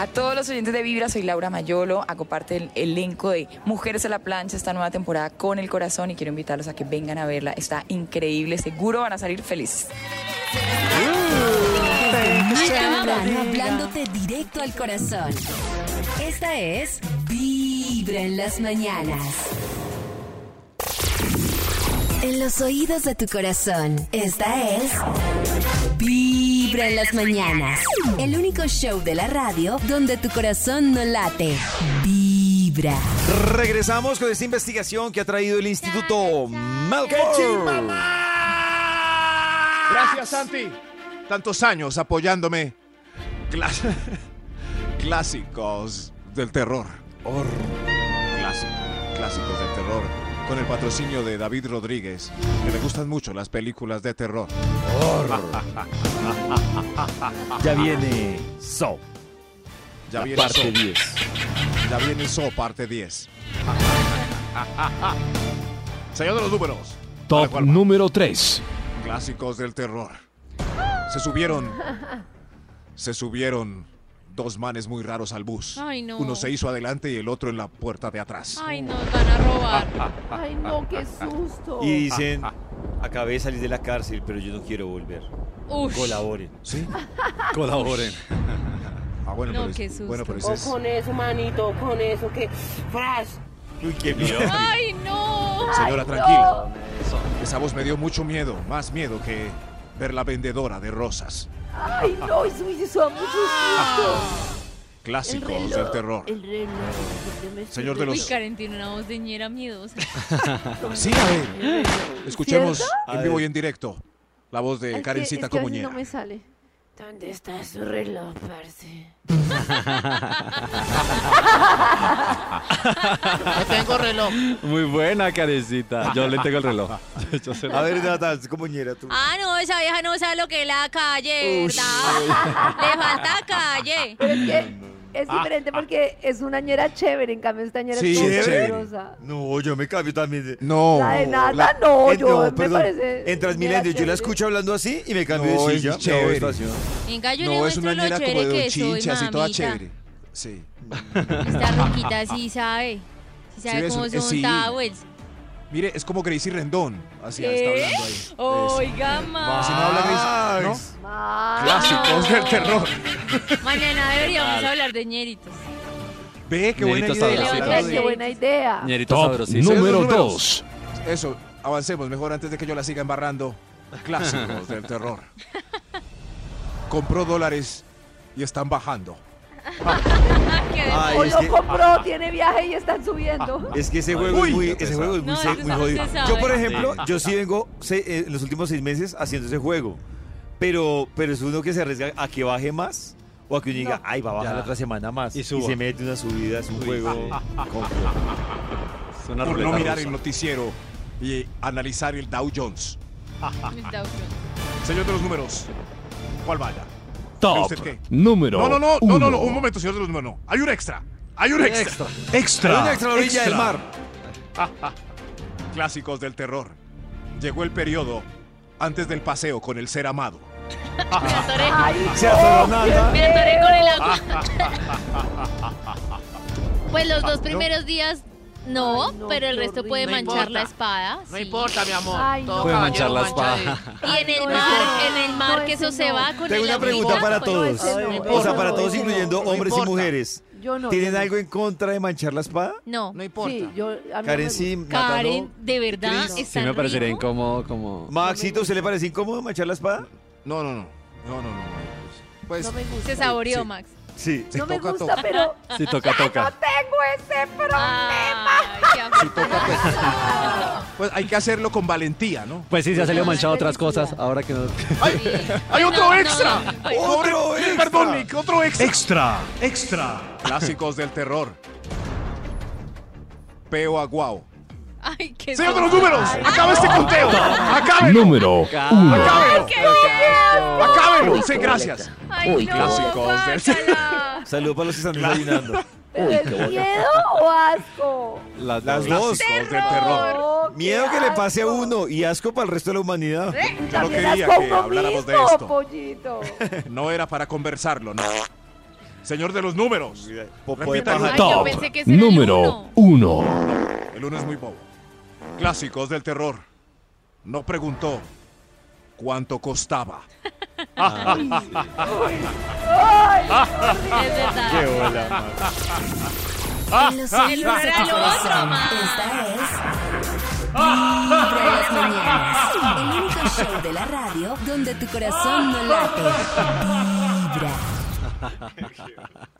[SPEAKER 9] A todos los oyentes de Vibra, soy Laura Mayolo, hago parte del elenco de Mujeres a la Plancha, esta nueva temporada con el corazón y quiero invitarlos a que vengan a verla, está increíble, seguro van a salir felices.
[SPEAKER 11] Muy temprano, hablándote directo al corazón. Esta es Vibra en las mañanas. En los oídos de tu corazón, esta es Vibra en las mañanas. El único show de la radio donde tu corazón no late. Vibra.
[SPEAKER 9] Vibra.
[SPEAKER 2] Regresamos con esta investigación que ha traído el Instituto Malcolm.
[SPEAKER 1] Gracias, Santi. Tantos años apoyándome.
[SPEAKER 8] Clas- clásicos del terror. Or- clas- clásicos del terror. Con el patrocinio de David Rodríguez, que me gustan mucho las películas de terror.
[SPEAKER 2] Ya viene So.
[SPEAKER 8] Ya
[SPEAKER 2] La
[SPEAKER 8] viene
[SPEAKER 2] parte
[SPEAKER 8] So.
[SPEAKER 2] 10.
[SPEAKER 8] Ya viene So, parte 10. Señor de los números.
[SPEAKER 6] Top número 3.
[SPEAKER 8] Clásicos del terror. Se subieron. Se subieron dos manes muy raros al bus.
[SPEAKER 3] Ay, no. Ah.
[SPEAKER 8] Uno se hizo adelante y el otro en la puerta de atrás.
[SPEAKER 3] Ay, nos van a robar.
[SPEAKER 8] Ah,
[SPEAKER 4] Ay, no, qué susto.
[SPEAKER 2] Y dicen, acabé de salir de la cárcel, pero yo no quiero volver.
[SPEAKER 8] ah.
[SPEAKER 4] Ush.
[SPEAKER 2] Colaboren.
[SPEAKER 8] Sí.
[SPEAKER 2] Colaboren.
[SPEAKER 8] Ah, bueno,
[SPEAKER 12] No,
[SPEAKER 8] pero es-
[SPEAKER 12] qué susto.
[SPEAKER 8] Bueno, pero ese
[SPEAKER 12] O
[SPEAKER 8] es-
[SPEAKER 12] con eso, manito, con eso que. ¡Fras!
[SPEAKER 8] Uy, qué miedo.
[SPEAKER 12] ¡Ay, no!
[SPEAKER 8] Señora, tranquila. Esa voz me dio mucho miedo, más miedo que ver la vendedora de rosas.
[SPEAKER 4] Ay, no, eso me hizo mucho susto.
[SPEAKER 8] Clásicos
[SPEAKER 3] El reloj.
[SPEAKER 8] del terror.
[SPEAKER 4] El reloj. porque me
[SPEAKER 8] Señor de
[SPEAKER 3] Uy,
[SPEAKER 8] los...
[SPEAKER 3] Karen tiene una voz de ñera miedosa.
[SPEAKER 8] Sí, a ver. Escuchemos
[SPEAKER 4] ¿Cierto?
[SPEAKER 8] en vivo y en directo la voz de
[SPEAKER 4] Es que-
[SPEAKER 8] Karencita
[SPEAKER 4] es que a veces
[SPEAKER 8] Comuñera.
[SPEAKER 4] No me sale.
[SPEAKER 12] ¿Dónde está su reloj, parce?
[SPEAKER 7] No
[SPEAKER 13] tengo reloj.
[SPEAKER 7] Muy buena, carecita. Yo le tengo el reloj.
[SPEAKER 2] A ver, Nata, compañera, tú.
[SPEAKER 13] Ah, no, esa vieja no sabe lo que es la calle, ¿verdad? Le falta
[SPEAKER 3] Mm.
[SPEAKER 13] calle.
[SPEAKER 4] Pero es que es diferente porque es una ñera chévere, en cambio esta ñera
[SPEAKER 2] Sí,
[SPEAKER 4] es como
[SPEAKER 2] chévere.
[SPEAKER 4] poderosa.
[SPEAKER 2] No, yo me cambio también. de-
[SPEAKER 8] No.
[SPEAKER 4] La de nada, Ah, no, yo- me parece-
[SPEAKER 2] En Transmilenio, yo la escucho hablando así y me cambio
[SPEAKER 8] No,
[SPEAKER 2] de
[SPEAKER 8] es
[SPEAKER 2] silla. me
[SPEAKER 8] chévere.
[SPEAKER 2] hago estación.
[SPEAKER 13] Venga, yo le
[SPEAKER 8] No, es
[SPEAKER 13] muestro
[SPEAKER 8] una
[SPEAKER 13] lo
[SPEAKER 8] ñera
[SPEAKER 13] chévere
[SPEAKER 8] como de
[SPEAKER 13] que soy,
[SPEAKER 8] donchinche, así toda
[SPEAKER 13] mamita.
[SPEAKER 8] chévere. Sí.
[SPEAKER 13] Esta roquita sí sabe. Sí
[SPEAKER 8] Sí,
[SPEAKER 13] sabe
[SPEAKER 8] es
[SPEAKER 13] cómo
[SPEAKER 8] un-
[SPEAKER 13] son
[SPEAKER 8] sí.
[SPEAKER 3] pues.
[SPEAKER 13] towels.
[SPEAKER 8] Mire, es como Gracie Rendón. Así ah, está
[SPEAKER 13] ¿Qué?
[SPEAKER 8] hablando ahí.
[SPEAKER 13] Oiga, ma.
[SPEAKER 8] Así no habla Gracie, ¿no?
[SPEAKER 3] Max.
[SPEAKER 8] Clásicos del terror.
[SPEAKER 3] Mañana deberíamos
[SPEAKER 7] Claro.
[SPEAKER 3] hablar de ñeritos.
[SPEAKER 8] Ve, qué
[SPEAKER 7] Ñerito
[SPEAKER 8] buena idea.
[SPEAKER 7] sabrosito.
[SPEAKER 8] Hablando
[SPEAKER 4] Qué
[SPEAKER 8] de-
[SPEAKER 4] buena idea.
[SPEAKER 7] Ñerito
[SPEAKER 6] Top
[SPEAKER 7] sabrosito.
[SPEAKER 6] número
[SPEAKER 7] Señor de los
[SPEAKER 6] dos.
[SPEAKER 8] Eso, avancemos mejor antes de que yo la siga embarrando. Clásicos del terror. Compró dólares y están bajando.
[SPEAKER 2] Ay,
[SPEAKER 4] o
[SPEAKER 2] es
[SPEAKER 4] lo
[SPEAKER 2] que-
[SPEAKER 4] compró, tiene viaje y están subiendo.
[SPEAKER 13] Ah,
[SPEAKER 2] Es que ese juego
[SPEAKER 4] Uy,
[SPEAKER 2] es muy,
[SPEAKER 4] qué
[SPEAKER 2] ese juego es muy,
[SPEAKER 4] No,
[SPEAKER 2] se-
[SPEAKER 4] eso eh.
[SPEAKER 2] muy
[SPEAKER 4] se
[SPEAKER 2] jodido.
[SPEAKER 4] sabe.
[SPEAKER 2] Yo, por ejemplo,
[SPEAKER 4] Sí.
[SPEAKER 2] yo sí vengo se- eh, en los últimos seis meses haciendo ese juego. Pero, pero es uno que se arriesga a que baje más o a que uno diga, ay, va a bajar
[SPEAKER 7] Ya.
[SPEAKER 2] la otra semana más. Y,
[SPEAKER 7] suba.
[SPEAKER 2] se mete una subida, es un juego. complejo.
[SPEAKER 7] Es una
[SPEAKER 8] Por no
[SPEAKER 7] ruleta
[SPEAKER 8] mirar
[SPEAKER 7] rusa.
[SPEAKER 8] el noticiero y analizar el Dow Jones. Señor de los números, ¿cuál vaya? ¿Cree
[SPEAKER 6] Top
[SPEAKER 8] usted qué?
[SPEAKER 6] número
[SPEAKER 8] No, no, no, no,
[SPEAKER 6] uno.
[SPEAKER 8] no, no, un momento, señor de los números, no. Hay un extra. Hay un extra.
[SPEAKER 6] Extra.
[SPEAKER 8] Hay un extra a la
[SPEAKER 6] Extra.
[SPEAKER 8] orilla del mar. Clásicos del terror. Llegó el periodo antes del paseo con el ser amado.
[SPEAKER 2] Se atoró nada.
[SPEAKER 3] Me atoré con el agua. Pues los
[SPEAKER 13] Ah,
[SPEAKER 3] dos
[SPEAKER 13] ¿no?
[SPEAKER 3] primeros días no,
[SPEAKER 13] Ay, no,
[SPEAKER 3] pero el
[SPEAKER 13] qué
[SPEAKER 3] resto puede
[SPEAKER 13] horrible. No
[SPEAKER 3] manchar la
[SPEAKER 13] importa.
[SPEAKER 3] espada.
[SPEAKER 13] No
[SPEAKER 3] sí.
[SPEAKER 13] importa, mi amor.
[SPEAKER 3] Ay,
[SPEAKER 13] Todo
[SPEAKER 7] Puede
[SPEAKER 13] caballero
[SPEAKER 7] manchar la
[SPEAKER 13] mancha
[SPEAKER 7] espada.
[SPEAKER 13] de-
[SPEAKER 3] Y en el
[SPEAKER 13] no,
[SPEAKER 3] mar,
[SPEAKER 13] ese
[SPEAKER 3] en
[SPEAKER 13] no.
[SPEAKER 3] el mar
[SPEAKER 13] No,
[SPEAKER 3] que
[SPEAKER 13] ese
[SPEAKER 3] eso se
[SPEAKER 13] no.
[SPEAKER 3] va con
[SPEAKER 2] Tengo
[SPEAKER 3] el
[SPEAKER 2] una pregunta
[SPEAKER 3] agüita,
[SPEAKER 2] para
[SPEAKER 3] pues,
[SPEAKER 2] todos.
[SPEAKER 3] no, ese no.
[SPEAKER 2] O sea, para
[SPEAKER 3] No,
[SPEAKER 2] todos,
[SPEAKER 3] ese no.
[SPEAKER 2] incluyendo
[SPEAKER 13] No
[SPEAKER 2] hombres y
[SPEAKER 13] importa.
[SPEAKER 2] mujeres.
[SPEAKER 4] Yo no,
[SPEAKER 2] ¿Tienen
[SPEAKER 4] yo no.
[SPEAKER 2] algo en contra de manchar la espada?
[SPEAKER 3] No. No
[SPEAKER 13] importa.
[SPEAKER 4] Sí, yo, a mí
[SPEAKER 2] Karen
[SPEAKER 4] no me
[SPEAKER 2] sí, Nata, no.
[SPEAKER 3] Karen, de verdad,
[SPEAKER 2] Cris.
[SPEAKER 3] es
[SPEAKER 7] Sí
[SPEAKER 3] tan
[SPEAKER 7] me parecería
[SPEAKER 3] rico.
[SPEAKER 7] incómodo como...
[SPEAKER 2] Maxito, ¿se le parece incómodo manchar la espada?
[SPEAKER 8] No, no, no. No, no, no. Pues,
[SPEAKER 4] No me gusta.
[SPEAKER 3] Se saboreó, Max.
[SPEAKER 2] sí.
[SPEAKER 8] si
[SPEAKER 4] No me
[SPEAKER 8] toca,
[SPEAKER 4] gusta,
[SPEAKER 8] toca.
[SPEAKER 4] pero
[SPEAKER 7] Si toca, toca.
[SPEAKER 4] tengo ese
[SPEAKER 13] Ah.
[SPEAKER 4] problema.
[SPEAKER 8] Si toca, pues. Pues hay que hacerlo con valentía, ¿no?
[SPEAKER 7] Pues sí, se ha salido manchado otras cosas. Ahora que no...
[SPEAKER 8] ¡Hay
[SPEAKER 3] No,
[SPEAKER 8] otro
[SPEAKER 3] no,
[SPEAKER 8] extra!
[SPEAKER 3] no, pues.
[SPEAKER 8] ¡Otro extra! Perdón, Nick, otro extra.
[SPEAKER 5] Extra, extra.
[SPEAKER 8] Clásicos del terror. Peo Aguao.
[SPEAKER 3] Ay, qué
[SPEAKER 8] Señor de los
[SPEAKER 3] susto.
[SPEAKER 8] números, acaba este conteo. Acábelo.
[SPEAKER 6] Número uno.
[SPEAKER 8] Acábelo. Acábelo.
[SPEAKER 13] Uy,
[SPEAKER 8] Sí,
[SPEAKER 13] qué
[SPEAKER 8] gracias.
[SPEAKER 3] Ay,
[SPEAKER 13] Uy,
[SPEAKER 3] no,
[SPEAKER 8] clásicos del-
[SPEAKER 3] guácala.
[SPEAKER 2] Saludos para los que están desayunando.
[SPEAKER 4] ¿Pero es miedo o asco?
[SPEAKER 7] Las,
[SPEAKER 2] Las dos.
[SPEAKER 8] Clásicos del terror.
[SPEAKER 4] No, qué
[SPEAKER 2] Miedo que le pase a
[SPEAKER 4] asco.
[SPEAKER 2] uno y asco para el resto de la humanidad.
[SPEAKER 8] Yo no
[SPEAKER 4] También
[SPEAKER 8] quería
[SPEAKER 4] asco
[SPEAKER 8] que
[SPEAKER 4] uno
[SPEAKER 8] habláramos de
[SPEAKER 4] mismo,
[SPEAKER 8] esto.
[SPEAKER 4] pollito.
[SPEAKER 8] No era para conversarlo, no. Señor de los números.
[SPEAKER 2] Popo de
[SPEAKER 8] Repita el
[SPEAKER 2] paja.
[SPEAKER 3] Ay, yo
[SPEAKER 6] Top
[SPEAKER 3] pensé que ese era el
[SPEAKER 6] número uno.
[SPEAKER 8] uno. El uno es muy bobo. Clásicos del terror. No preguntó cuánto costaba.
[SPEAKER 3] Es verdad.
[SPEAKER 9] En los
[SPEAKER 3] El
[SPEAKER 9] oídos
[SPEAKER 3] uno
[SPEAKER 9] de
[SPEAKER 3] era
[SPEAKER 9] tu
[SPEAKER 3] lo otro,
[SPEAKER 9] corazón.
[SPEAKER 3] ma.
[SPEAKER 9] Esta es Vibra en las mañanas. El único show de la radio donde tu corazón no late. Vibra.